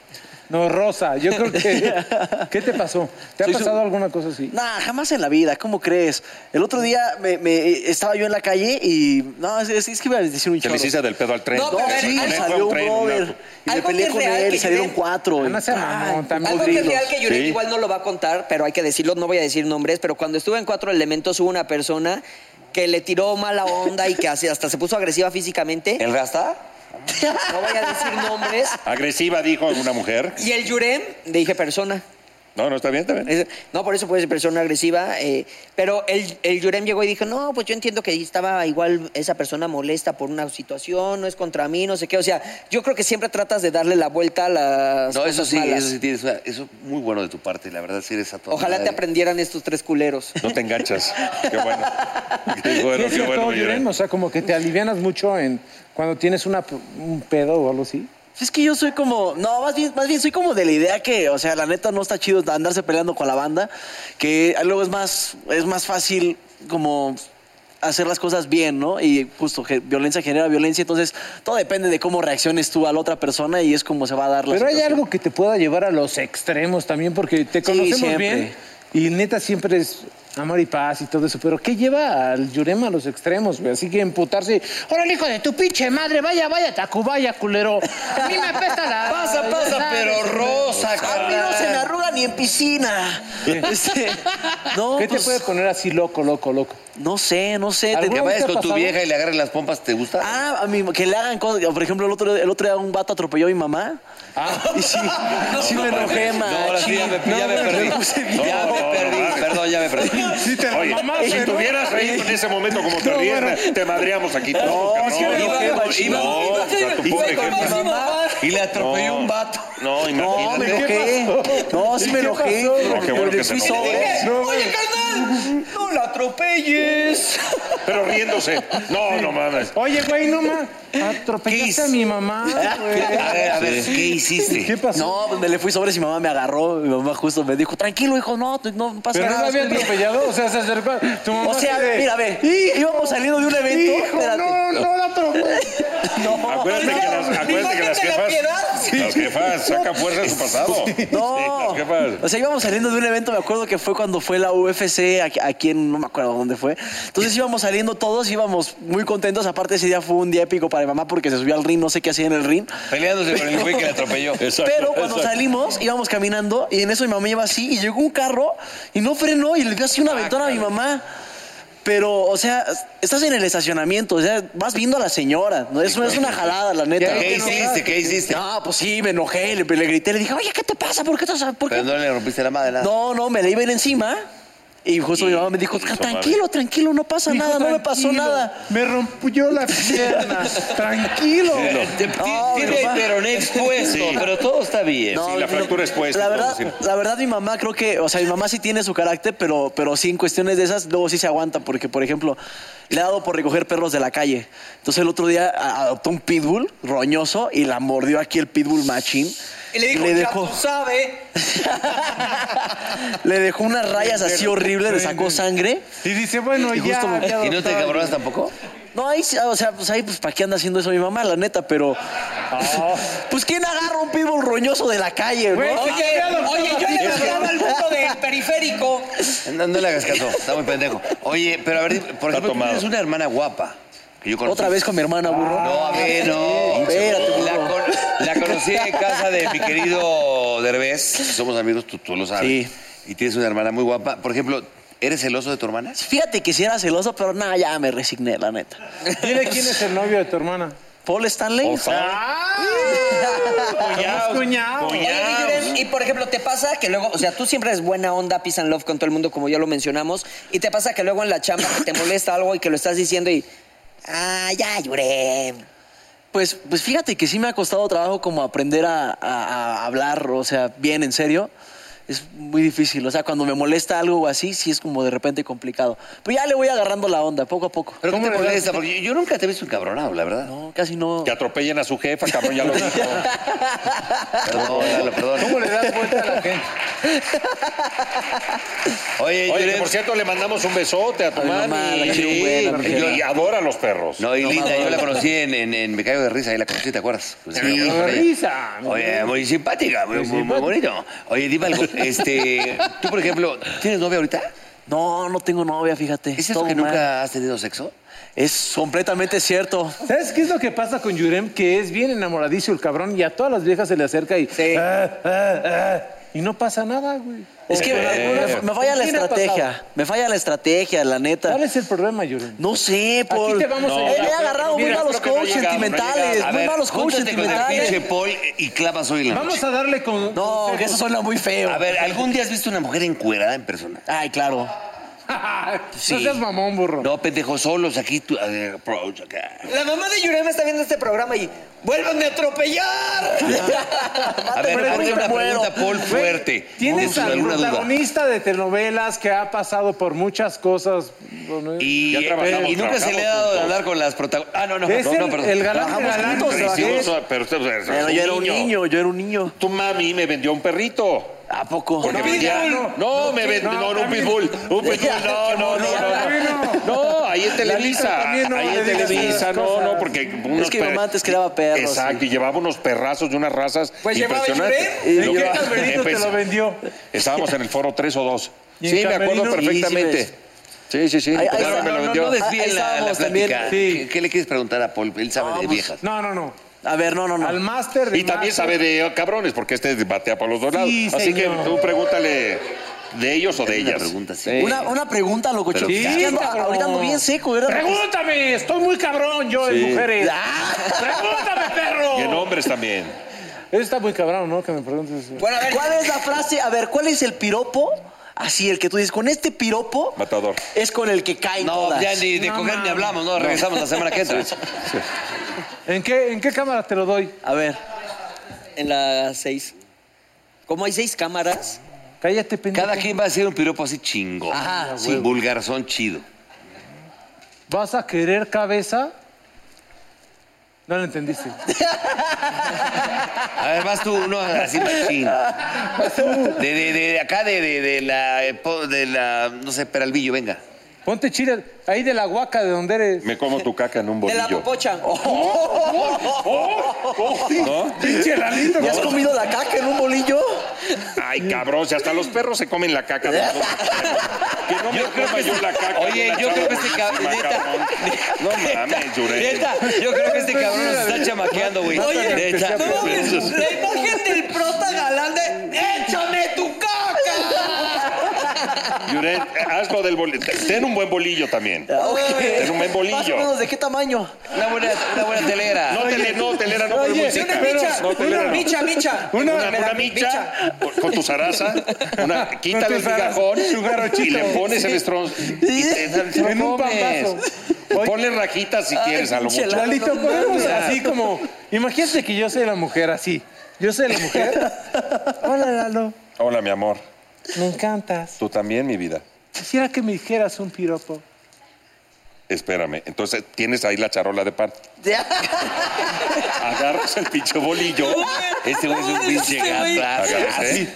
No, Rosa, yo creo que... ¿Qué te pasó? ¿Te ha
Soy su-
pasado alguna cosa así?
Nah, jamás en la vida, ¿cómo crees? El otro día me, me- estaba yo en la calle y... No, es, es- es que iba a decir un
Te
chorro.
le hiciste del pedo al tren.
No,
No,
pero a ver,
sí,
algo-
salió
Fue
un
un tren, una-
brother. Y me
Algo
peleé
que
con
es real,
él y
que
salieron
Yurem-
cuatro. y-
No sea mamón,
Ay,
también.
Algo que es
podridos.
real que Yurem
Sí.
igual no lo va a contar, pero hay que decirlo, no voy a decir nombres, pero cuando estuve en Cuatro Elementos hubo una persona que le tiró mala onda y que así- hasta se puso agresiva físicamente.
¿El Rasta?
No voy a decir nombres.
Agresiva, dijo una mujer.
Y el Yurem, le dije persona.
No, no, está bien, está bien.
Es- No, por eso puede ser persona agresiva. eh, pero el, el Yurem llegó y dijo, no, pues yo entiendo que ahí estaba igual esa persona molesta por una situación, no es contra mí, no sé qué. O sea, yo creo que siempre tratas de darle la vuelta a las
No,
cosas
eso sí,
malas.
eso sí tienes. una- Eso es muy bueno de tu parte, la verdad, sí eres a toda
Ojalá te
madre.
aprendieran estos tres culeros.
No te enganchas. Qué bueno. Qué bueno,
¿Es
qué
cierto,
bueno.
Yurem?
mira.
O sea, como que te alivianas mucho en cuando tienes una, un pedo o algo así.
Pues Es que yo soy como, no, más bien, más bien soy como de la idea que, o sea, la neta no está chido andarse peleando con la banda, que luego es más, es más fácil como hacer las cosas bien, ¿no? Y justo que violencia genera violencia, entonces todo depende de cómo reacciones tú a la otra persona y es como se va a dar la
Pero hay
situación.
algo que te pueda llevar a los extremos también, porque te conocemos
siempre.
bien y neta siempre es amor y paz y todo eso. Pero ¿qué lleva al Yurema a los extremos, güey? Así que emputarse. ¡Órale, hijo de tu pinche madre! ¡Vaya, vaya, Tacubaya, culero! ¡A mí me apesta la...
Pasa,
ya
pasa,
sabes,
pero rosa,
A mí
carnal.
no se me arruga ni en piscina. Este, no,
¿Qué
pues,
te puede poner así loco, loco, loco?
no sé, no sé.
¿Alguna
tendría-
Que
vez
vayas
te ha
con tu
pasado?
vieja y le agarres las pompas, ¿te gusta?
Ah, a mi, que le hagan cosas. Por ejemplo, el otro, el otro día un vato atropelló a mi mamá. Y sí, sí me enojé,
No, ahora sí, ya
machín.
me, ya me
No,
perdí.
me puse bien.
ya me perdí, perdón, ya me perdí.
Oye,
mamaste,
si
¿no?
tuvieras reído en ese momento como te ríes, te madreamos aquí todos.
sí me
cabrón.
enojé,
No,
machín.
no, o sea, tu pobre
Fue con
jefa.
mi mamá.
Y le atropelló un vato.
No,
No, me
imagínate.
enojé. No, sí me enojé.
No, qué bueno que se
Fui
enojó.
sobre.
eh.
Oye, carnal, no la atropelles.
Pero riéndose. No, no mames.
Oye, güey, no más.
¿Qué
Atropellaste
hice?
a mi mamá, güey.
A ver, a ver, ¿qué hiciste?
¿Qué pasó?
No, pues me le fui sobre si mi mamá me agarró. Mi mamá justo me dijo, tranquilo, hijo, no, no pasa
¿Pero no
nada.
lo había
estoy bien".
atropellado? O sea, se acercó... a- Tu mamá
O sea,
así de,
mira, a ver, íbamos saliendo de un evento.
Hijo,
espérate.
no, no la atropellé.
Acuérdate que las, acuérdate que las
Imagínate la
jefas.
piedad.
Las jefas sacan fuerza de su pasado.
No.
Sí, las jefas.
O sea, íbamos saliendo de un evento, me acuerdo que fue cuando fue la UFC, aquí, aquí en, no me acuerdo dónde fue. Entonces íbamos saliendo todos, íbamos muy contentos. Aparte, ese día fue un día épico para mi mamá porque se subió al ring, no sé qué hacía en el ring.
Peleándose con el güey que le atropelló.
Pero cuando salimos, íbamos caminando y en eso mi mamá iba así y llegó un carro y no frenó y le dio así una ventana a mi mamá. Pero, o sea, estás en el estacionamiento, o sea, vas viendo a la señora. ¿no? Es, es una jalada, la neta.
¿Qué hiciste? ¿Qué hiciste?
No, pues sí, me enojé, le, le grité, le dije, oye, ¿qué te pasa? ¿Por qué estás...? ¿Por qué
Pero no le rompiste la madre, nada.
no, no, me le iba a ir encima. Y justo
Y-
mi mamá me dijo, "Ah,
y hizo
tranquilo, tranquilo, no pasa
Hijo,
nada, no me pasó
tranquilo,
nada.
Me rompió la pierna. tranquilo.
Te-
No,
Tiene
pero-
el peroné expuesto, pero todo está bien.
No,
la
no,
fractura es puesta,
La
podemos
verdad,
decir.
la verdad, mi mamá creo que, o sea, mi mamá sí tiene su carácter, pero, pero sí en cuestiones de esas, luego sí se aguanta, porque, por ejemplo, le ha dado por recoger perros de la calle. Entonces el otro día a- adoptó un pitbull roñoso y la mordió aquí el pitbull machín.
Y le dijo, ya tú sabes.
le dejó unas rayas así horribles, le sacó sangre.
Y dice, bueno,
Y
ya.
justo me-
ya
¿Y no te
adoptaron.
cabronas tampoco?
No, ahí, sí, o sea, pues ahí, pues, ¿para qué anda haciendo eso mi mamá, la neta? Pero,
Ah.
pues, ¿quién agarra un pitbull roñoso de la calle, no?
Güey,
Oye, oye, yo le bajaba al mundo del periférico.
No, no le hagas caso, está muy pendejo. Oye, pero a ver, por ejemplo, tú
tomado.
tienes una hermana guapa que yo conocí.
Otra vez con mi hermana, burro.
Ah, No, a ver, no.
Espérate, burro.
La, con- la conocí en casa de mi querido Derbez. Somos amigos, tú, tú lo sabes.
Sí.
Y tienes una hermana muy guapa. Por ejemplo, ¿eres celoso de tu hermana?
Fíjate que si era celoso, pero nada, ya me resigné, la neta.
Dile quién es el novio de tu hermana.
Paul Stanley.
Somos cuñados.
Oye, Miguel, y por ejemplo, te pasa que luego, o sea, tú siempre eres buena onda, peace and love con todo el mundo, como ya lo mencionamos, y te pasa que luego en la chamba te molesta algo y que lo estás diciendo y. Ah, ya lloré.
Pues, pues fíjate que sí me ha costado trabajo como aprender a, a- a hablar, o sea, bien, en serio. Es muy difícil, o sea, cuando me molesta algo o así, sí es como de repente complicado. Pero ya le voy agarrando la onda, poco a poco.
¿Pero cómo te molesta? Porque yo, yo nunca te he visto encabronado, la verdad.
No, casi no.
Que atropellen a su jefa, cabrón, ya lo dijo.
Perdón, Lalo, perdón.
¿Cómo le das vuelta a la gente?
Oye,
Oye, que
Lloret,
por cierto, le mandamos un besote a tu
A mi
mami.
mamá, la
Sí,
quiero buena, mi
y, y adora a los perros.
No, y linda, yo la conocí en, en- en Me Caigo de Risa, ahí la conocí, ¿te acuerdas? Pues,
Me Caigo de
por ahí.
Risa.
Oye, muy simpática, muy, muy- muy bonito. Oye, dime algo, este, tú, por ejemplo, ¿tienes novia ahorita?
No, no tengo novia, fíjate.
¿Es
Todo
eso que
mal.
nunca has tenido sexo?
Es completamente cierto.
¿Sabes qué es lo que pasa con Yurem? Que es bien enamoradizo el cabrón y a todas las viejas se le acerca y.
Sí.
"Ah, ah, ah", y no pasa nada, güey.
Es que me, me falla la
¿Quién ha pasado?
estrategia. Me falla la estrategia, la neta.
¿Cuál es el problema, Yurem?
No sé, Paul.
Aquí te vamos a
No,
llegar,
Le he agarrado muy
mira, creo
malos
que no
coaches
llegamos, no
sentimentales.
llegamos.
A
muy
ver,
malos coaches
júntate con el pinche
sentimentales.
Paul y clavas hoy en la
Vamos
noche.
a darle con.
No, que eso suena muy feo.
A ver, ¿algún día has visto una mujer encuerada en persona?
Ay, claro.
No seas mamón, burro.
No, pendejos solos aquí, tú, a ver, approach acá.
La mamá de Yurem está viendo este programa y ¡vuélvanme a atropellar!
A ver,
Pero
ponle
yo me
una
muero.
pregunta, Paul,
Güey,
fuerte.
Tienes
Sin
al
alguna duda.
protagonista de telenovelas que ha pasado por muchas cosas. bueno, eh.
Y,
Ya trabajamos,
y nunca se le ha dado de
trabajamos
hablar con las protagonistas. Ah, no, no,
Es
no, no,
el-
perdón.
el galán de
Trabajamos
galán.
juntos.
Pero
Hicimos-
¿qué?
pero usted- usted-
Pero yo era un niño, yo era un niño.
Tu mami me vendió un perrito.
¿A poco?
Porque
No,
vendía.
ya
No,
no.
me vendió.
no,
No, no, un
también.
pitbull. Un pitbull. No, no, no,
también
no. No,
no.
No, ahí en
Lita,
Televisa.
también no
ahí
le
en
digas
Televisa.
esas
No,
cosas.
no, porque. unos
que mi mamá
per-
antes creaba perros,
Exacto, y llevaba unos perrazos de unas razas.
Pues llevaba
impresionantes.
Yurem.
¿En
Lo
qué
que-
calverito te
empezó-
lo vendió?
Estábamos en el foro 3 o 2.
¿Y
Sí,
en
me acuerdo
camerino?
perfectamente.
Sí,
Sí, sí, sí.
Ahí- ahí
claro,
está.
me lo
No, no,
vendió.
No
Ahí
desvíen la, la
estábamos también.
plática.
Sí.
¿Qué, qué le quieres preguntar a Paul? Él sabe de viejas.
No, no, no.
A ver, no, no, no.
Al máster de ¿eh?
Y también sabe de cabrones, porque este batea para los dos lados.
Sí,
Así que
señor.
tú pregúntale de ellos o de
Una
ellas.
pregunta así.
Sí.
Una, una pregunta, locochón.
Pero-
Es que ando- ahorita ando bien seco. Era...
Pregúntame, estoy muy cabrón yo de mujeres.
Ah.
Pregúntame, perro.
Y en hombres también.
Eso está muy cabrón, ¿no? Que me preguntes. eso.
bueno, a ver,
¿Cuál es la frase? A ver, ¿cuál es el piropo? Así, el que tú dices, con este piropo
Matador.
es con el que caen
No,
todas.
ya ni de coger ni hablamos, no, regresamos la semana que entra.
¿En qué, ¿En qué cámara te lo doy?
A ver.
en las seis. Como hay seis cámaras,
Cállate, pendejo.
Cada quien va a hacer un piropo así chingo.
Ajá,
sí. Vulgarzón chido.
¿Vas a querer cabeza? No lo entendiste.
A ver, vas tú, no, así machín. De, de, de acá, de, de, de la, eh, po- de la, no sé, Peralvillo, venga.
Ponte chile, ahí de la huaca de donde eres.
Me como tu caca en un
de la
bolillo.
popocha.
¿Ya has comido la caca en un bolillo?
Ay, cabrón, si hasta los perros se comen la caca. de los otros. que no me coma yo la caca.
Oye, yo creo que este
cabrón.
cabrón, neta,
No mames, Yurem.
Neta, yo creo que este cabrón nos está chamaqueando, güey.
Oye,
Neta.
no mames, la imagen del prota galán de ¡Échame tu caca!
Yurem, haz lo del bolillo. Ten un buen bolillo también. Ten un buen
Más o
bolillo.
menos, ¿de qué tamaño?
Una buena, una buena telera.
No, tele, no, telera, no,
Oye,
por
Sí,
una
música.
pero-
micha,
No, telera,
una
no.
micha, micha.
Una,
Me la-
una micha con- con tu zaraza, una,
Con
quítale
tu
el
zaraza,
migajón
tu garochito.
y le pones el estrón. Y te, se lo
En un
comes.
pambazo. Oye.
Ponle rajitas si quieres a lo
pinche
mucho.
la-
Lalito,
no,
podemos
no, no.
así como. Imagínate que yo soy la mujer así. Yo soy la mujer. Hola, Lalo.
Hola, mi amor.
Me encantas.
Tú también, mi vida.
Quisiera que me dijeras un piropo.
Espérame. Entonces, tienes ahí la charola de pan. Agarras el pinche bolillo.
Este güey es un pinche gata.
Agarras, ¿eh?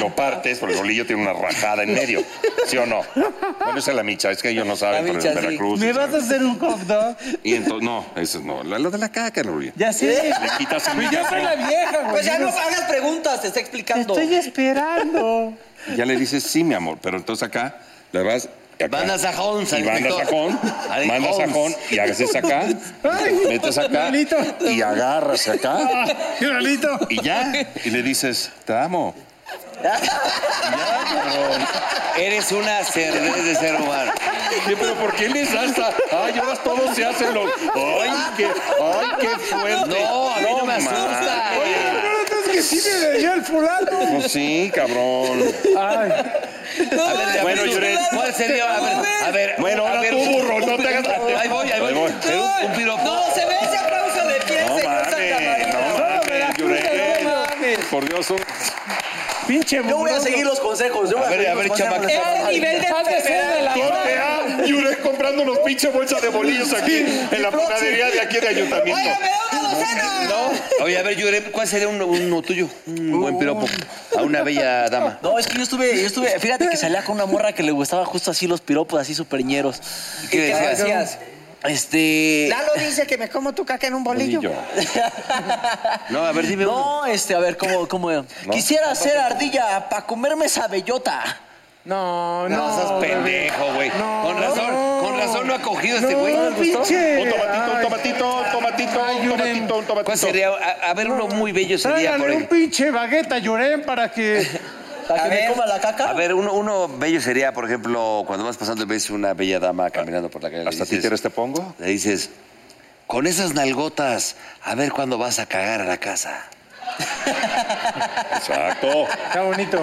Lo partes, porque el bolillo tiene una rajada en medio. ¿Sí o no? Bueno, esa es la micha. Es que ellos no saben,
La
pero
micha,
en
sí.
Veracruz.
¿Me vas a hacer un hot dog?
Y entonces, no, eso no. La, la de la caca, no, Le
Ya sé.
quitas el
Pues yo soy la vieja, güey.
Pues ya no
Te
hagas preguntas, te está explicando.
Estoy esperando.
Y Ya le dices, sí, mi amor, pero entonces acá le vas. y acá.
Mandas a Holmes al
Y mandas a
inspector.
Jón,
Al
mandas a
Holmes.
Jón y haces acá, metes acá
Lalito.
y agarras acá
Lalito.
y ya. Y le dices, te amo.
Eres una cerveza de ser humano.
Sí, pero ¿por qué les hasta? Ay, ahora todos se hacen los. Ay, qué, ay, qué fuerte.
No, a mí no me
mames.
asusta.
Es que sí me dio el fulano.
Pues sí, cabrón.
Ay.
A ver,
Bueno,
bueno,
Lloret.
¿cuál sería? A ver, a ver.
Bueno,
a
ahora
ver,
tú, burro, no te hagas.
Ahí voy, ahí voy.
Ahí voy.
Pero un un piropo.
No, se ve ese aplauso de pie,
No
señor
mames,
Santa
no
María.
mames, Yurel. Por Dios, un-
Pinche
Yo voy a seguir los consejos. Yo voy a,
A ver,
seguir
a ver,
los consejos.
chamaco.
Ese nivel de
Corte A, Yurek comprando unos pinches bolsas de bolillos aquí en la panadería de aquí de ayuntamiento.
Oiga, me da una docena.
Oye, a ver, Yurem, ¿cuál sería uno, uno tuyo?
Uh.
Un buen piropo a una bella dama.
No, es que yo estuve, yo estuve, fíjate que salía con una morra que le gustaba justo así los piropos, así superñeros.
¿Qué
¿Qué
decías?
decías?
Este.
Lalo dice que me como tu caca en un bolillo.
No, a ver, dime uno.
No, este, a ver, ¿cómo, cómo? Quisiera ser ardilla para comerme esa bellota.
No, no.
No, seas pendejo, güey.
No.
con razón, con razón no ha cogido este güey.
pinche.
Un tomatito, un tomatito, un tomatito, un tomatito, un tomatito.
¿Cuál sería? A, a ver, uno muy bello sería por
Tráigale un
ahí.
pinche bagueta, Llorén, para que...
A
Para que me
ver.
coma la caca.
A ver, uno, uno bello sería, por ejemplo, cuando vas pasando y ves una bella dama caminando por la calle. le
¿Hasta
dices-
títeres te pongo?
Le dices, con esas nalgotas, a ver cuándo vas a cagar a la casa.
Exacto.
Está bonito.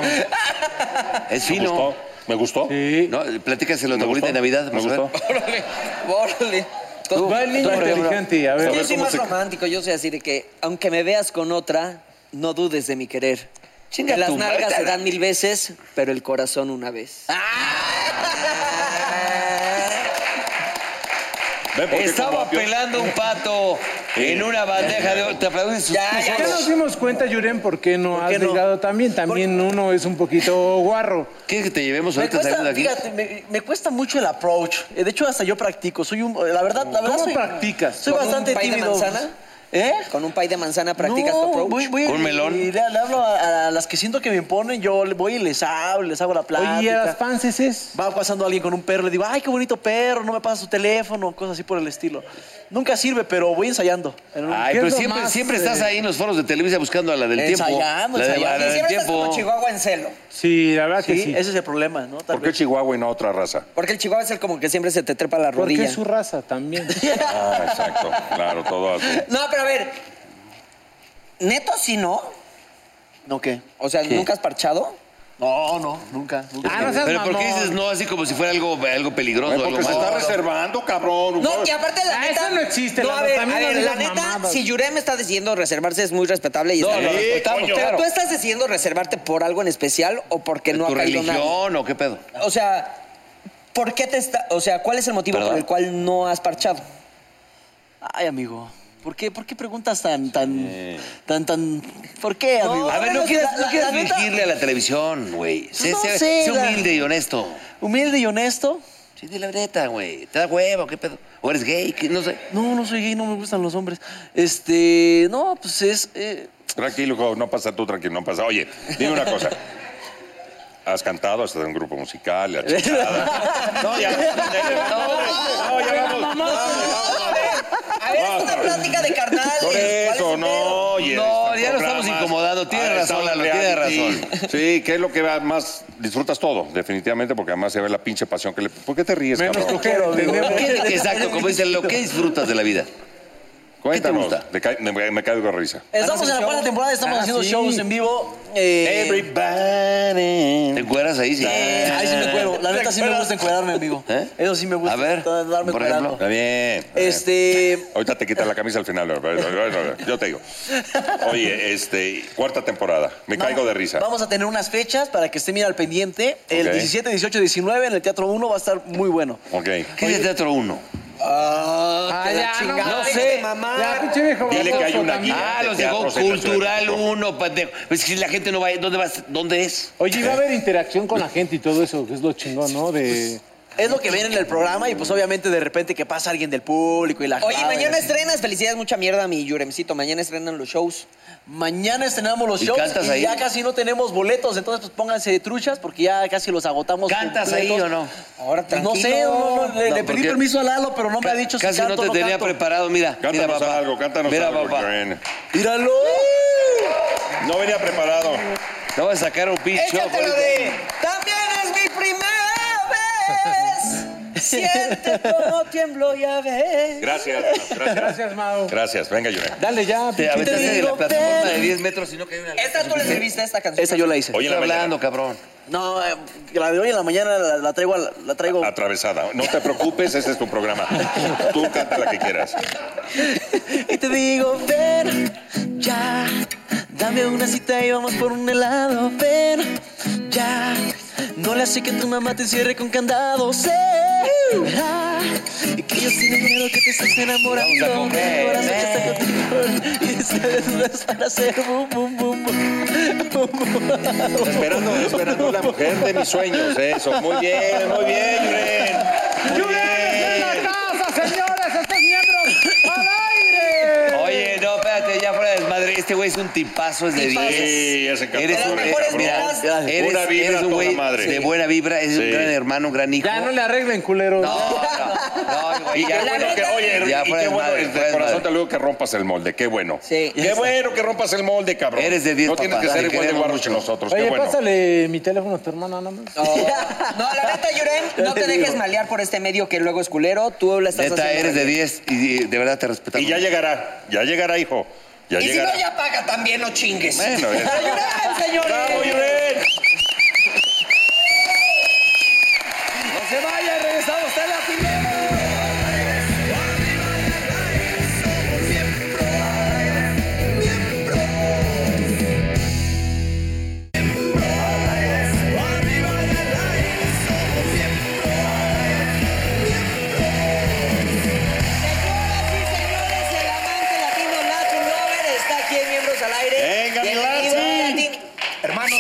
Es
Me
fino.
gustó. ¿Me gustó?
Sí.
¿No? Platícaselo a tu
Me
abuelita de
gustó,
Navidad. pues,
me
vamos a ver.
gustó.
Órale, órale. Tú-
Va el niño
Tú, por ejemplo.
inteligente, a ver.
Yo soy
cómo
más
se-
romántico, yo soy así de que, aunque me veas con otra, no dudes de mi querer.
Chinga
Que las
tu
nalgas
madre.
se dan mil veces, pero el corazón una vez.
Ven, porque
Estaba
como-
pelando un pato en una bandeja de... ¿Te aplauden sus
Ya,
tus
ya,
Ya
ojos?
nos dimos cuenta, Yuren, por qué no has
qué no?
llegado también. También uno es un poquito guarro.
¿Quieres que te llevemos
Me
ahorita saliendo de
cuesta,
aquí?
fíjate, me, me cuesta mucho el approach. Eh, De hecho, hasta yo practico. Soy un, eh, la verdad, la verdad.
¿Cómo
soy-
practicas?
Soy
¿Con un
bastante
pay de
tímido.
manzana?
¿Eh?
Con un pay de manzana practicas
no,
tu approach.
voy- voy
¿Con
y-
melón?
y le, le hablo a, a las que siento que me imponen, yo le voy y les hablo, les hago la plática.
Oye, ¿y a las pances es?
Va pasando alguien con un perro, le digo, ay, qué bonito perro, no me pasas tu teléfono, cosas así por el estilo. Nunca sirve, pero voy ensayando. En un-
Ay,
¿Qué es
pero
lo
siempre,
más,
siempre
eh?
estás ahí en los foros de Televisa buscando a la del tiempo.
Ensayando,
la de- la
ensayando.
Y
del
siempre estás como
tiempo.
Chihuahua en celo.
Sí, la verdad que
sí,
sí.
ese es el problema, ¿no? Tal
¿Por qué
vez.
Chihuahua y no otra raza?
Porque el Chihuahua es el como que siempre se te trepa la
Porque
rodilla.
es su raza también.
Ah, exacto. Claro, todo así.
No, pero a ver. Neto, si no.
¿No qué?
O sea, ¿nunca has parchado?
No, no, nunca. nunca.
Ah, no seas
Pero ¿por qué
mamón.
dices no así como si fuera algo, algo peligroso,
Ven,
algo
porque se está
malo?
reservando, cabrón.
No, y aparte la
Ah,
neta.
eso no existe,
No,
Lalo,
a ver,
también
a
no
ver, la
digas
neta,
mamadas.
si Yurem está decidiendo reservarse, es muy respetable y está
No, lo
bien.
respetamos,
coño.
Pero
claro.
tú estás decidiendo reservarte por algo en especial o porque no ha
¿Tu
caído nada.
religión o qué pedo?
O sea, ¿por qué te está. O sea, ¿cuál es el motivo
Perdón.
por el cual no has parchado?
Ay, amigo, ¿por qué, por qué preguntas tan, tan, tan, tan... ¿Por qué, amigo?
A ver, no
La-
quieras, no
la-
quieras
la neta,
dirigirle a la televisión, güey. Sé,
No
sé-
sé,
sé
la-
humilde y honesto.
Humilde y honesto.
Sí, de la neta, güey. ¿Te da hueva o qué pedo? ¿O eres gay? ¿Qué? No sé.
No, no soy gay, no me gustan los hombres. Este, no, pues es... eh,
Tranquilo, hijo, no pasa tú, tranquilo, no pasa. Oye, dime una cosa. Has cantado hasta en un grupo musical, la chingada. No, ya. No, ya vamos.
A ver, a ver, es una plática
Ah,
de carnal.
Por eso, no, oye.
No,
este
ya lo
programa
estamos
más-
incomodando. Tienes
Ah,
razón,
está
Lalo,
en
tienes
reality.
razón.
Sí, que es lo que va- más disfrutas todo, definitivamente, porque además se ve la pinche pasión que le. ¿Por qué te ríes,
Menos
cabrón?
coger, entendemos.
¿Qué- exacto, como dicen, lo que disfrutas de la vida.
Cuéntanos.
gusta?
Me ca- Me, me caigo de risa.
Estamos en la cuarta temporada, estamos
Ah,
haciendo
sí.
shows en vivo. eh,
¿Te encueras ahí? Sí.
eh, ahí sí me cuero. La neta sí me gusta encuerarme, amigo.
¿Eh?
Eso sí me gusta.
A ver,
darme
por ejemplo. Eh,
encuerando.
Está bien. está bien.
Este,
Ahorita te quita la camisa al final, pero- pero- pero- pero- yo te digo. Oye, este, cuarta temporada. Me caigo de risa.
vamos a tener unas fechas para que estén bien al pendiente. El
Ok.
17, 18, 19 en el Teatro 1 va a estar muy bueno.
Ok.
¿Qué es el Teatro 1?
Ah,
Ah,
que la
ya,
chingada,
no, no
deja
sé.
de mamar.
Ya, Ah, pinche viejo
Dile que hay
baboso
una
también.
guía.
Ah,
de
los
teatro
digo
se nació
Cultural
en México.
1, pendejo. Es que si la gente no va, ¿dónde vas? ¿Dónde es?
Oye, y va a haber interacción con la gente y todo eso, que es lo chingón, ¿no? De...
Es lo que viene en el programa y pues obviamente de repente que pasa alguien del público y la
Oye,
jalada y
mañana
así.
estrenas. Felicidades, mucha mierda, mi Yuremcito. Mañana estrenan los shows.
Mañana estrenamos los
¿Y
shows
cantas
y
ahí?
ya casi no tenemos boletos, entonces pues pónganse de truchas porque ya casi los agotamos.
¿Cantas ahí
completos.
o no?
Ahora tranquilo.
No sé, no, no, le,
No,
le pedí
porque-
permiso a Lalo, pero no me ha dicho
Casi
si canto
no te
o
tenía
canto.
preparado, mira.
Cántanos
mira, papá.
algo, cántanos
mira,
algo.
papá.
Joan.
¡Míralo!
No venía preparado.
Te voy a sacar un pincho.
Échatelo de. También es mi primera vez. Siente cómo tiemblo, ya ves.
Gracias, gracias.
Gracias, Mao.
Gracias, venga, Yurem.
Dale ya,
Te
pinche.
aventaste de la
digo,
plataforma de
ven.
10 metros y no cayó una...
Esta tú le serviste esta canción.
Esa yo la hice.
Oye, en
Estoy
la mañana.
hablando, cabrón.
No, eh, la de hoy en la mañana la, la traigo. a la- la traigo.
Atravesada. No te preocupes, este es tu programa. Tú canta la que quieras.
Y te digo, ven ya, dame una cita y vamos por un helado. Ven ya, no le hace que tu mamá te cierre con candado. Será que yo sin miedo que te estés enamorando.
Vamos a comer,
Mi corazón ya está contigo. Y esta vez no es para hacer bum, bum, bum, bum, bum.
Esperando, esperando la mujer de mis sueños. Eso. Muy bien, muy bien, Yuren. Muy
¡En
bien.
la casa, señores! ¡Estos miembros al aire!
Oye, no, espérate, ya fuera de desmadre. Este güey es un tipazo, es de
Tipazo.
10.
Sí, ese cabrón,
Eres un,
ese
eres,
cabrón.
mira,
Buenas
eres,
Buena vibra
eres un
toda
güey de
madre.
De
buena.
buena vibra, es
Sí.
un gran hermano, un gran hijo.
Ya no le arreglen, culero.
No, no, no, güey,
Y qué
ya.
bueno que, oye,
Ya
y
fuera
qué
de desmadre, fuera
bueno, de
de
corazón
desmadre.
te lo digo que rompas el molde, qué bueno.
Sí.
Qué bueno que rompas el molde, cabrón.
Eres de 10,
No tienes
papá.
que ser
Te
igual de
queremos
guarros que
mucho.
nosotros,
Oye,
qué bueno.
pásale mi teléfono a tu hermana nada más.
No, no, la neta, Yuren, no te dejes malear por este medio que luego es culero. Tú la estás
Neta,
haciendo
eres de
bien.
10 y de verdad te respetamos.
Y ya llegará, ya llegará, hijo. Ya
Y si
llegará.
no, ya paga también, no chingues.
Bueno, es-
¡Bravo, Yuren, señores!
¡Bravo, Yuren!
¡No se vaya! ¡Regresamos! ¡Está la primera! Señoras y señores, el amante latino Latin Lover está aquí en Miembros al Aire.
Venga, mi
Bienvenido,
Latin.
Latin.
Hermano,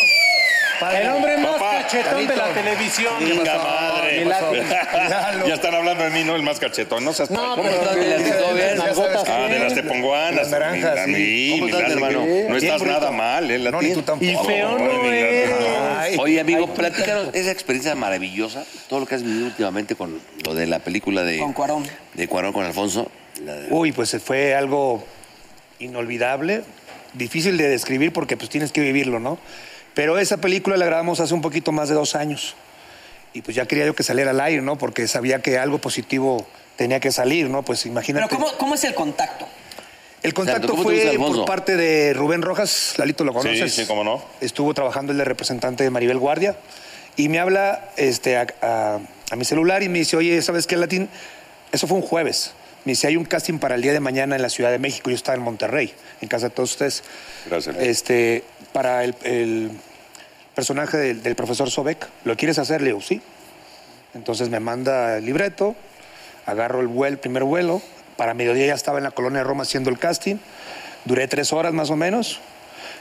El hombre más
Papá,
cachetón de la
Carito.
televisión.
¡Venga, madre!
Mi lápiz.
Lalo.
Ya están hablando de mí, no el más cachetón. No seas
No,
¿Cómo
pero-
estás?
Ya
¿eh?
Ya sabes que-
Ah, de las teponguanas.
Las naranjas,
mi-
sí.
mi-
¿Cómo
mi
estás,
Latin,
Enrique?
hermano.
Bien,
No estás
bonito.
nada mal, eh,
No, ni
Latin.
tú tampoco.
Y feo
Ay, mi
no
Latin.
eres.
Ay,
Oye, amigo, platícanos esa experiencia maravillosa, todo lo que has vivido últimamente con lo de la película de.
Con Cuarón.
De Cuarón con Alfonso. la de-
Uy, pues fue algo inolvidable, difícil de describir porque pues tienes que vivirlo, ¿no? Pero esa película la grabamos hace un poquito más de dos años y pues ya quería yo que saliera al aire, ¿no? Porque sabía que algo positivo tenía que salir, ¿no? Pues
Pero
imagínate.
¿cómo, ¿cómo es el contacto?
El contacto
¿cómo te gusta
fue
Alfonso?
por parte de Rubén Rojas, Lalito lo conoces.
sí, cómo no.
Estuvo trabajando el de representante de Maribel Guardia y me habla este, a, a- a mi celular y me dice, oye, ¿sabes qué, Latín? Eso fue un jueves. Me dice, hay un casting para el día de mañana en la Ciudad de México. Yo estaba en Monterrey, en casa de todos ustedes.
Gracias.
Este, para el, el personaje del, del profesor Sobek. ¿Lo quieres hacer? Le digo, sí. Entonces me manda el libreto, agarro el vuelo, el primer vuelo. Para mediodía ya estaba en la colonia de Roma haciendo el casting. Duré tres horas más o menos.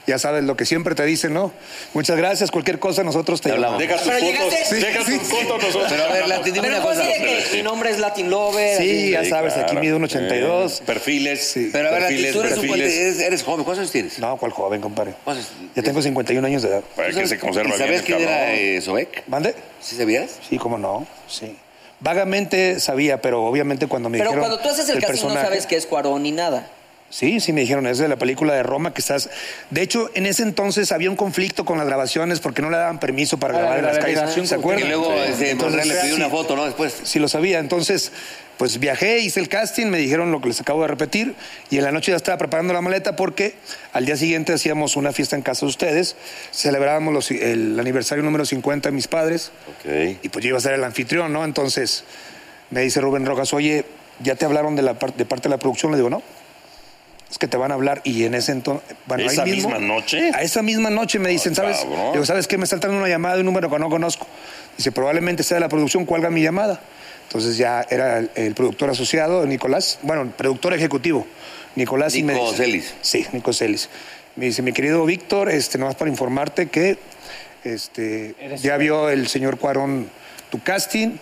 Ya sabes lo que siempre te dicen, ¿no? Muchas gracias, cualquier cosa nosotros te llamamos.
Deja tus
Pero
fotos,
llegaste-
deja
Sí,
tus
sí,
fotos nosotros.
Pero a ver, Latin, dime
Pero
una
no
cosa.
así de que mi nombre es Latin Lover.
Sí,
así.
ya sabes, aquí
claro.
mido un 82.
Eh, Perfiles.
Sí.
Pero a ver, Latin,
perfiles,
tú eres un cuate,
perfiles.
eres, eres joven, ¿cuántos años tienes?
No, cuál joven, compadre.
Pues es-
Ya tengo 51 años de edad.
Para que se conserva
¿Y
bien
sabías
el
quién era
cabrón.
eh, Sobek?
¿Mande?
¿Sí sabías?
Sí, cómo no, sí. Vagamente sabía, pero obviamente cuando me
Pero
dijeron
cuando tú haces el, casting no
personaje-
sabes que es Cuarón ni nada.
Sí, sí me dijeron, es de la película de Roma que estás... De hecho, en ese entonces había un conflicto con las grabaciones porque no le daban permiso para
Ah,
grabar
la
en las
delegación
calles. ¿Se
Porque
acuerdan?
luego
Sí.
este,
Entonces,
Monreal le pidió
sí,
una foto, ¿no? Después.
Sí lo sabía, entonces pues viajé, hice el casting, me dijeron lo que les acabo de repetir y en la noche ya estaba preparando la maleta porque al día siguiente hacíamos una fiesta en casa de ustedes, celebrábamos los- el aniversario número 50 de mis padres
Ok.
y pues yo iba a ser el anfitrión, ¿no? Entonces me dice Rubén Rojas, oye, ¿ya te hablaron de, la par- de parte de la producción? Le digo, no. Es que te van a hablar y en ese entonces... bueno, ahí
¿Esa
mismo-
misma noche?
A esa misma noche me
Ah,
dicen, ¿sabes?
cabrón.
Digo, ¿sabes qué? Me está entrando una llamada de un número que no conozco. Dice, probablemente sea de la producción, cuelga mi llamada. Entonces ya era el, el productor asociado, Nicolás, bueno, el productor ejecutivo, Nicolás. y me
Nico
dice-
Celis.
Sí, Nico Celis. Me dice, mi querido Víctor, este, nomás para informarte que este, ya vio el señor Cuarón tu casting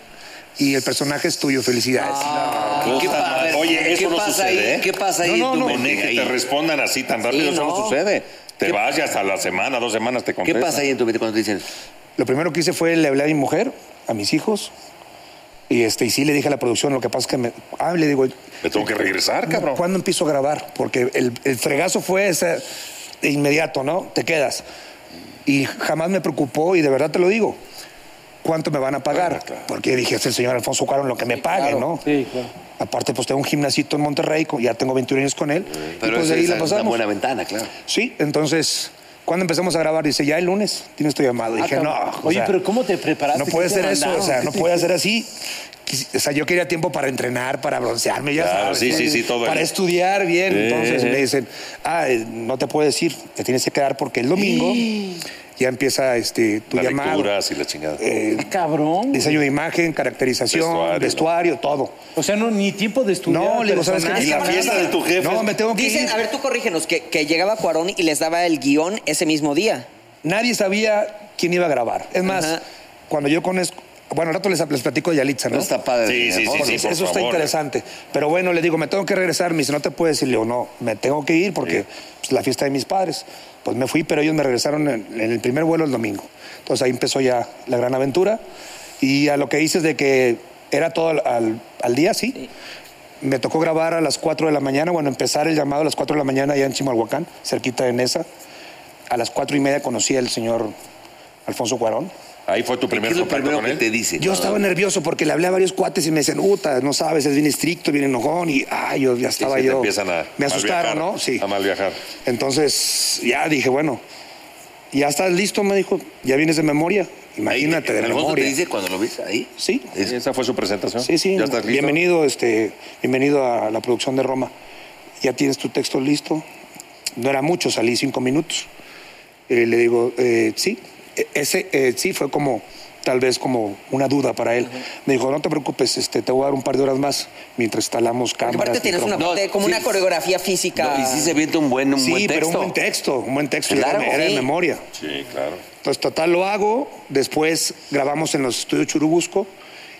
y el personaje es tuyo, felicidades.
¿Y
Puta
Ah, pa- a
madre.
ver,
Oye, eso
¿qué
no
pasa
sucede,
ahí?
¿eh?
¿Qué pasa ahí?
No,
en tu
no,
No, ni
mente?
que
Ahí.
te respondan así tan rápido,
Sí,
eso
no.
no sucede. Te vas y hasta la semana, dos semanas te
¿Qué
contestan.
pasa ahí en tu mente cuando te dicen?
Lo primero que hice fue le hablé a mi mujer, a mis hijos, y, este, y sí le dije a la producción, lo que pasa es que me... Ah, le digo...
Me tengo que regresar, cabrón.
¿Cuándo empiezo a grabar? Porque el, el fregazo fue ese de inmediato, ¿no? Te quedas. Y jamás me preocupó, y de verdad te lo digo, ¿cuánto me van a pagar? Porque dije, es el señor Alfonso Cuarón lo que me pague, ¿no?
Sí, claro.
Aparte, pues tengo un gimnasito en Monterrey, con- ya tengo 21 años con él, y
Pero
pues
esa
de ahí
es
la
una
pasamos.
buena ventana, claro.
Sí, entonces ¿Cuándo empezamos a grabar? Dice, ya el lunes tienes tu llamado. dije, no. o
Oye,
sea,
pero ¿cómo te preparaste?
No
¿Qué
puede
te
ser eso, o
mandaron?
sea,
¿Qué
no
te-
puede ser así. Quis- O sea, yo quería tiempo para entrenar, para broncearme, ya
Claro,
sabes,
sí,
¿no?
sí, sí, todo
Para
ahí.
estudiar bien.
Eh,
Entonces
eh.
me dicen, ah, eh, no te puedo decir, te tienes que quedar porque el domingo ya empieza este, tu
Las
llamado.
lecturas y la chingada.
eh,
Ah, Cabrón.
diseño de imagen, caracterización,
Vestuario,
vestuario,
¿no?
todo.
O sea, no, ni tiempo de estudiar.
No, le digo, ¿sabes qué?
personaje,
Y la
nada.
fiesta de tu jefe.
No, me tengo que
Dicen,
ir.
a ver, tú corrígenos, que, que llegaba Cuarón y les daba el guión ese mismo día.
Nadie sabía quién iba a grabar. Es más,
Ajá.
cuando yo con... es- Bueno, al rato les, les platico de Yalitza, ¿no?
No está padre.
Sí, sí, sí,
Bueno,
sí.
Eso
por
está
favor. ¿eh?
interesante. Pero bueno, le digo, me tengo que regresar. Me dice, no te puedes ir. Le digo, no, me tengo que ir porque pues, la fiesta de mis padres. Pues me fui, pero ellos me regresaron en, en el primer vuelo el domingo. Entonces ahí empezó ya la gran aventura. Y a lo que dices de que era todo al, al- al día, sí. Me tocó grabar a las 4 de la mañana, bueno, empezar el llamado a las 4 de la mañana allá en Chimalhuacán, cerquita de Nesa. A las 4 y media conocí al señor Alfonso Cuarón.
Ahí fue tu primer
¿Qué es lo
contacto
primero
con
que
él?
te dice?
Ah.
Yo estaba nervioso porque le hablé a varios cuates y me decían, Uta, no sabes, es bien estricto, bien enojón. Y ay, yo ya
Sí,
estaba
sí, te
yo.
empiezan a
me asustaron,
malviajar,
¿no? Sí.
A mal viajar.
Entonces, ya dije, bueno, ya estás listo, me dijo, ya vienes de memoria. Imagínate, de
Alfonso
memoria.
te dice cuando lo ves ahí.
Sí,
¿Y esa fue su presentación?
¿eh?
sí, sí.
¿Ya estás listo?
Bienvenido, este, bienvenido a la producción de Roma. Ya tienes tu texto listo. No era mucho, salí cinco minutos. Eh, le digo, eh, sí, E- ese eh, sí fue como, tal vez como una duda para él. Me dijo, no te preocupes, este, te voy a dar un par de horas más mientras instalamos
Porque
cámaras.
aparte tienes una
micrófonos".
parte, de- como
sí.
una coreografía física.
No, y sí se avienta un buen, un
Sí,
buen texto.
pero un buen texto, un buen texto.
Claro,
era de
sí.
memoria.
Sí, claro.
Entonces, total, lo hago. Después grabamos en los estudios Churubusco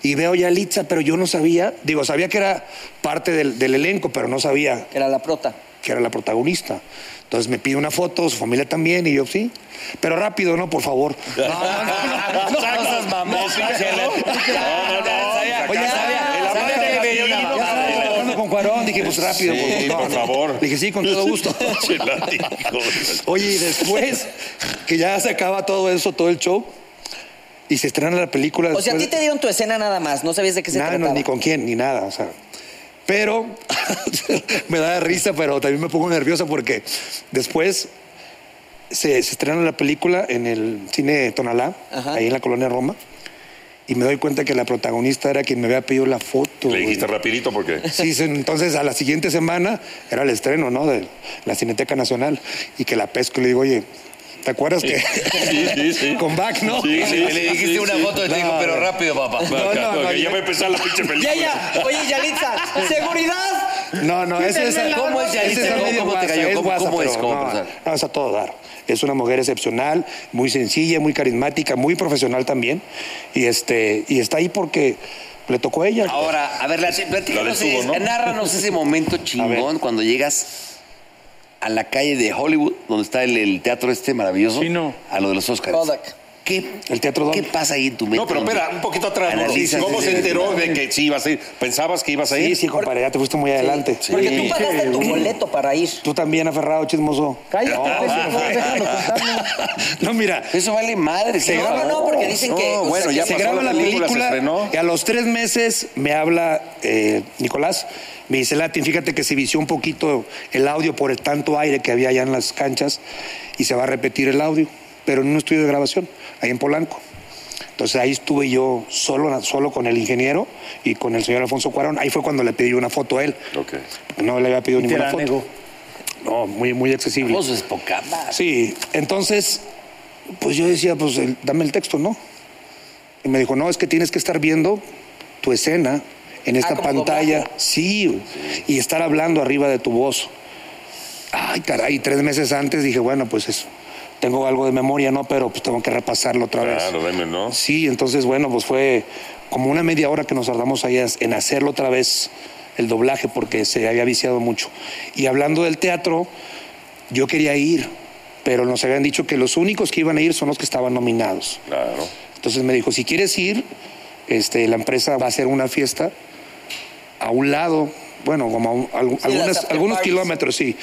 y veo ya a Litza, pero yo no sabía. Digo, sabía que era parte del, del elenco, pero no sabía
Que era la prota.
que era la protagonista. Entonces me pide una foto, su familia también, y yo sí. Pero rápido, ¿no? Por favor. No, no, no, no, no.
Sacas, mamón, pinche Lalo. No, no, no.
Oye,
sabía, el amante me
sabía que-
dio una
ya
bajada.
estaba trabajando con Cuarón, dije, pues rápido.
Sí,
pues, no,
por
no.
favor.
Dije, sí, con todo gusto.
Che, látigo.
Oye, y después que ya se acaba todo eso, todo el show, y se estrena la película.
O sea, a ti
después-
te dieron tu escena nada más, no sabías de qué se
Nada, no,
trataba.
ni con quién, ni nada, o sea. Pero me da risa, pero también me pongo nervioso porque después se, se estrenó la película en el cine Tonalá,
Ajá.
ahí en la colonia Roma, y me doy cuenta que la protagonista era quien me había pedido la foto.
Le
güey.
dijiste rapidito porque...
Sí, sí, entonces a la siguiente semana era el estreno, ¿no? De la Cineteca Nacional, y que la pesco y le digo, oye, ¿te acuerdas que
Sí, sí, sí.
con back, no?
Sí, sí,
Le dijiste
sí,
una
sí.
foto y te dijo, pero rápido, papá.
No, no, no,
ya
yo-
va a empezar la pinche
Y
película.
ella, oye, Yalitza, ¿seguridad?
No, no, eso es.
¿Cómo es, Yaritza?
ese es
¿Cómo-
medio
cómo te
guasa,
cayó?
es
¿Cómo-
guasa,
cómo es?
pero
¿Cómo
no,
persona?
no, es a todo dar. Es una mujer excepcional, muy sencilla, muy carismática, muy profesional también. Y, este, y está ahí porque le tocó a ella.
Ahora, a ver, la- platícanos,
detuvo,
es-
¿no?
nárranos ese momento chingón cuando llegas a la calle de Hollywood, donde está el, el teatro este maravilloso,
Chino.
a lo de los Oscars.
Kodak.
¿Qué,
El Teatro Dom.
¿Qué pasa ahí en tu mente?
No, pero espera, un poquito atrás. ¿no?
Analiza,
¿Cómo
sí,
se
sí,
enteró de que sí ibas a ir? ¿Pensabas que ibas a
sí,
ir?
sí, compadre, ya te fuiste muy adelante.
Porque tú
Sí.
pagaste tu boleto para ir.
Tú también, aferrado, chismoso.
Cállate,
No,
por favor,
no,
déjalo contarme.
no, mira.
Eso vale madre.
Se
¿no?
graba.
No, no, porque dicen que.
No,
o sea,
bueno,
que
ya
se
se
pasó
graba la película,
se estrenó.
y a los tres meses me habla eh, Nicolás, me dice Latin, fíjate que se vició un poquito el audio por el tanto aire que había allá en las canchas y se va a repetir el audio, pero en un estudio de grabación, ahí en Polanco. Entonces ahí estuve yo solo, solo con el ingeniero y con el señor Alfonso Cuarón. Ahí fue cuando le pedí una foto a él.
Ok.
No le había pedido
Te
ninguna
la
foto.
negó.
No, muy, muy accesible.
Oso es poca madre.
Sí, entonces, pues yo decía, pues el- dame el texto, ¿no? Y me dijo, no, es que tienes que estar viendo tu escena en esta
Ah, como
pantalla.
doblaje.
Sí, y estar hablando arriba de tu voz. Ay, caray, tres meses antes dije, bueno, pues eso. Tengo algo de memoria, ¿no? Pero pues tengo que repasarlo otra vez.
Claro, deme, ¿no?
Sí, entonces, bueno, pues fue como una media hora que nos tardamos ahí en hacerlo otra vez el doblaje porque se había viciado mucho. Y hablando del teatro, yo quería ir, pero nos habían dicho que los únicos que iban a ir son los que estaban nominados.
Claro.
Entonces me dijo, si quieres ir, este, la empresa va a hacer una fiesta a un lado, bueno, como a un- a algu-
las
algunas-
after
algunos
parties.
kilómetros, sí.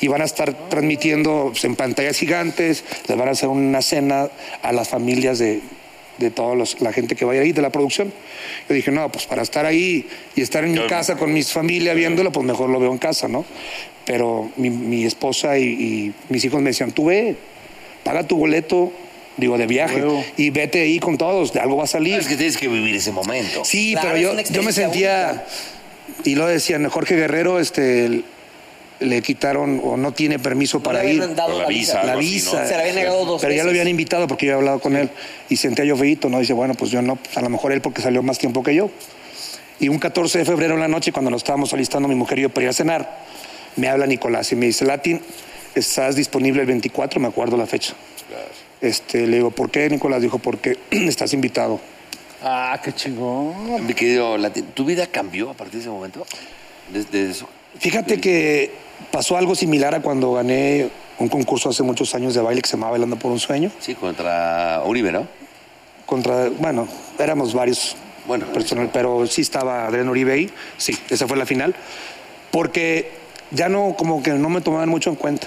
Y van a estar transmitiendo pues, en pantallas gigantes, les van a hacer una cena a las familias de, de toda la gente que vaya ahí, de la producción. Yo dije, no, pues para estar ahí y estar en mi
Yo-
casa con mis familia viéndolo, pues mejor lo veo en casa, ¿no? Pero mi, mi esposa y, y mis hijos me decían, tú ve, paga tu boleto, digo, de viaje,
Huevo.
y vete ahí con todos, de algo va a salir.
Es que tienes que vivir ese momento.
Sí, pero yo, yo me sentía. Y lo decían, Jorge Guerrero, este. Le quitaron o no tiene permiso para
habían
ir.
dado Por la la visa, visa.
La
algo así,
visa.
¿no? Se la habían negado dos
Pero ya lo
veces.
habían invitado porque yo había hablado con él. Y sentía yo feíto, ¿no? Dice, bueno, pues yo no. pues a lo mejor él porque salió más tiempo que yo. Y un 14 de febrero en la noche, cuando nos estábamos alistando mi mujer y yo para ir a cenar, me habla Nicolás y me dice, Latin, ¿estás disponible el 24? Me acuerdo la fecha. Este, le digo, ¿por qué, Nicolás? Dijo, porque estás invitado.
Ah, qué chingón. Mi querido Latin, ¿tu vida cambió a partir de ese momento? Desde eso.
Fíjate que pasó algo similar a cuando gané un concurso hace muchos años de baile que se llamaba Bailando por un Sueño.
Sí, contra Uribe, ¿no?
Contra, bueno, éramos varios bueno, personal, pero sí estaba Adrián Uribe ahí. Sí, esa fue la final. Porque ya no, como que no me tomaban mucho en cuenta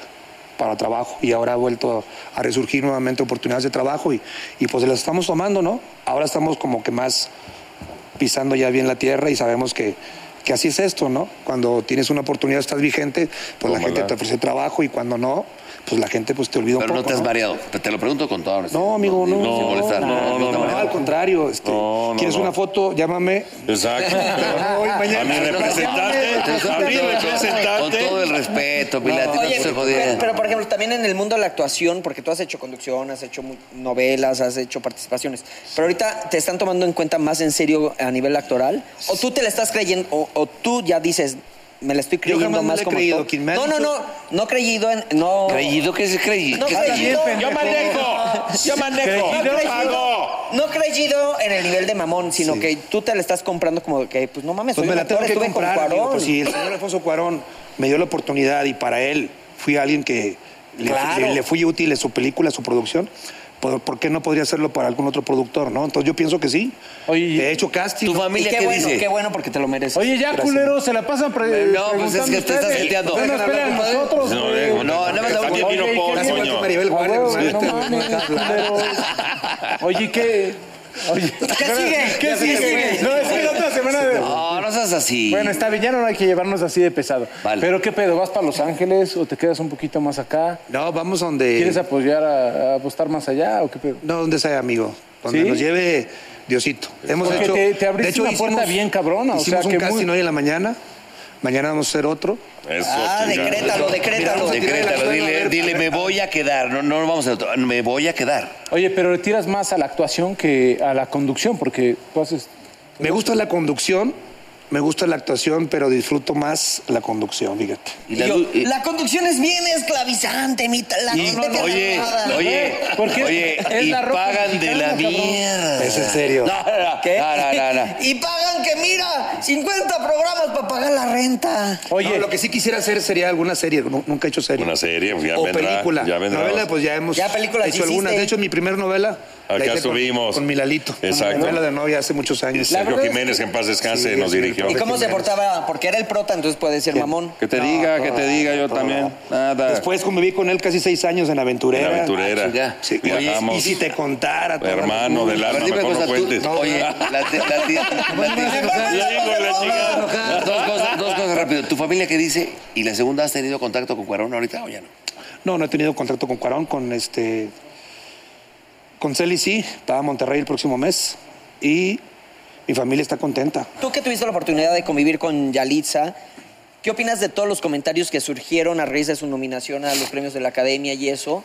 para trabajo y ahora ha vuelto a resurgir nuevamente oportunidades de trabajo y, y pues las estamos tomando, ¿no? Ahora estamos como que más pisando ya bien la tierra y sabemos que, que así es esto, ¿no? Cuando tienes una oportunidad, estás vigente, pues la
Tómala.
gente te ofrece trabajo y cuando no, pues la gente pues te olvida
Pero
un
no te
poco.
has mareado. Te lo pregunto con toda honestidad.
No, amigo, no.
No, sin molestar, no, no, no, no.
al contrario. Este, ¿Quieres
no.
una foto? Llámame.
Pues
Exacto. A mi representante, a mi
Con
representante.
todo
el respeto, Pilate,
Oye,
no se
pero,
jodieron.
pero, por ejemplo, también en el mundo de la actuación, porque tú has hecho conducción, has hecho mu- novelas, has hecho participaciones, pero ahorita te están tomando en cuenta más en serio a nivel actoral, o tú te la estás creyendo, o, o tú ya dices, me la estoy creyendo
jamás me
más
la he
como
creído,
actor.
quien me ha
No, no,
dicho-
no, no creído en, no.
¿Creído? ¿Qué es creído?
No
¿Qué es
creído.
creído,
Yo manejo,
yo manejo.
No
Creído,
creído, no creído en el nivel de mamón, sino que tú te la estás comprando como que, pues no mames,
Pues
soy
me
un
la tengo
actor,
que
estuve con
comprar. amigo,
Cuarón.
pues si el señor Alfonso Cuarón me dio la oportunidad y para él fui alguien que le,
Claro.
le- le fui útil en su película, su producción, ¿por, por qué no podría hacerlo para algún otro productor? no? Entonces yo pienso que sí. He hecho casting. ¿Tu
Y qué, bueno, qué bueno porque te lo mereces.
Oye, ya, culero, se la pasan pre
No, pues es que te estás seteando.
No nos esperan a nosotros.
No,
güey.
no, nada más la
Oye,
última.
¿qué
Vino por,
bien?
coño.
Maribel Guardia,
Ah,
güey.
güey, No mames, culeros. Oye, ¿qué? Oye,
¿Qué sigue?
¿Qué
Ya se te
sigue?
fue.
No, es que la otra semana... de-
No, no seas así.
Bueno, está bien, ya no hay que llevarnos así de pesado. Pero ¿qué pedo? ¿Vas para Los Ángeles o te quedas un poquito más acá?
No, vamos a donde...
¿Quieres apoyar a, a apostar más allá o qué pedo?
No, donde sea, amigo. Donde
¿Sí?
nos lleve Diosito. Hemos
Porque
hecho,
te- te abriste
de hecho,
una puerta
hicimos-
bien cabrona, o
Hicimos
sea,
un
que muy-
casting hoy en la mañana. Mañana vamos a hacer otro.
Eso,
Ah,
chingada.
decrétalo, decrétalo.
Decrétalo, dile, dile, me voy a quedar. No, no vamos a otro. Me voy a quedar.
Oye, pero le tiras más a la actuación que a la conducción porque tú haces...
Me gusta la conducción, me gusta la actuación, pero disfruto más la conducción, fíjate.
Y
Y
la
yo,
luz- y-
la conducción es bien esclavizante, mi ta- la
y-
gente te
oye,
agarra.
oye,
Porque
oye,
es
y
la roca
pagan de la
mexicana, cabrón.
mierda.
Es en serio.
No, no, no,
¿Qué?
no, no, no, no.
Y pagan que mira, 50 programas para pagar la renta.
Oye,
Oye,
lo que sí quisiera hacer sería alguna serie, nu- nunca he hecho serie.
Una serie, pues, ya
o
vendrá,
película.
ya vendrá.
Novela, pues ya hemos
Ya películas
hecho algunas.
hiciste.
De hecho, mi primer novela la
Acá
hice con-
estuvimos.
Con, Milalito.
Ah, Exacto.
Una novela de novia hace muchos años.
Sergio Jiménez, que en paz descanse,
Sí,
nos
sí,
dirigió.
¿Y
pues,
cómo se portaba? Porque era el prota, entonces puede ser mamón.
Que te diga, que te diga yo también. Nada.
Después conviví con él casi seis años en Aventurera.
En Aventurera.
Ah, chinga.
Sí, oye,
Viajamos.
y si te contara. toda la-
Hermano del
A ver,
alma,
dime
mejor
una cosa,
Ah, no
tú-
cuentes. Pues
Oye, la ti- la ti- la ti-
Hijo de la chingada.
Dos cosas, dos cosas rápido. ¿Tu familia qué dice? Y la segunda, ¿has tenido contacto con Cuarón ahorita o ya no?
No, no he tenido contacto con Cuarón, con este. Con Celi sí, va a Monterrey el próximo mes. Y mi familia está contenta.
Tú que tuviste la oportunidad de convivir con Yalitza, ¿qué opinas de todos los comentarios que surgieron a raíz de su nominación a los premios de la academia y eso?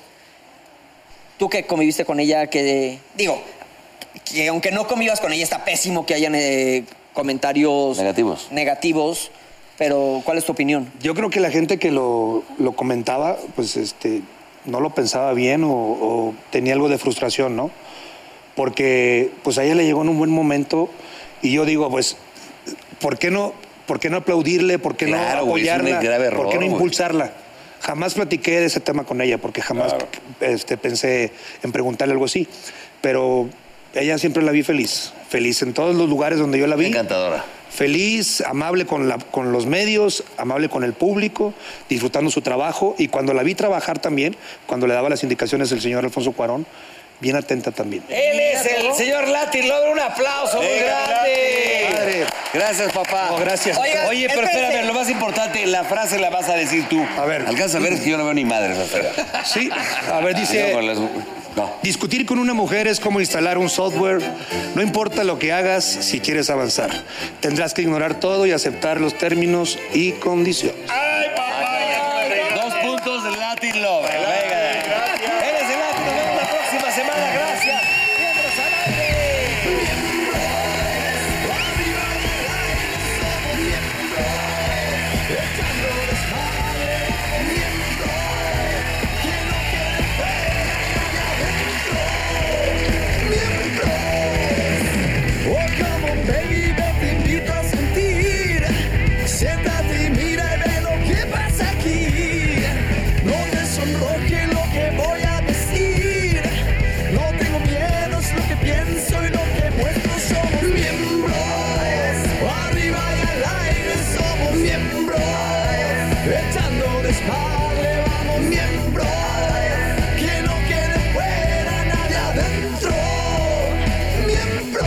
Tú que conviviste con ella, que. Digo, que aunque no convivas con ella, está pésimo que hayan eh, comentarios.
Negativos.
Negativos. Pero, ¿cuál es tu opinión?
Yo creo que la gente que lo, lo comentaba, pues este, no lo pensaba bien o, o tenía algo de frustración, ¿no? Porque pues a ella le llegó en un buen momento y yo digo, pues, ¿por qué no, por qué no aplaudirle? ¿Por qué
Claro,
no
güey, es un
apoyarla?
grave error,
¿Por qué no
güey.
impulsarla? Jamás platiqué de ese tema con ella porque jamás este, pensé en preguntarle algo así. Pero ella siempre la vi feliz, feliz en todos los lugares donde yo la vi
Encantadora.
feliz, amable con, la- con los medios, amable con el público, disfrutando su trabajo. Y cuando la vi trabajar también, cuando le daba las indicaciones el señor Alfonso Cuarón, bien atenta también.
Él es el señor Lati, logra un aplauso muy grande.
Padre,
Gracias, papá.
gracias.
Oiga, Oye, pero
espérense.
espérame, lo más importante, la frase la vas a decir tú. A ver. Alcanza a ver, es que yo no veo ni madre.
Sí, a ver, dice-
Discutir con una mujer es como instalar un software. No importa lo que hagas si quieres avanzar. Tendrás que ignorar todo y aceptar los términos y condiciones.
Dos puntos de Latin Love.
Eres el acto, nos vemos la próxima semana, gracias. Miembros al aire.
Oh, come on, baby, yo te invito a sentir. Siéntate y mira y ve lo que pasa aquí. No te sonroje lo que voy a decir. No tengo miedo, es lo que pienso y lo que muestro. Somos miembros. Arriba y al aire somos miembros. Echando desmadre, vamos miembros. Que no quede fuera nadie adentro. Miembros.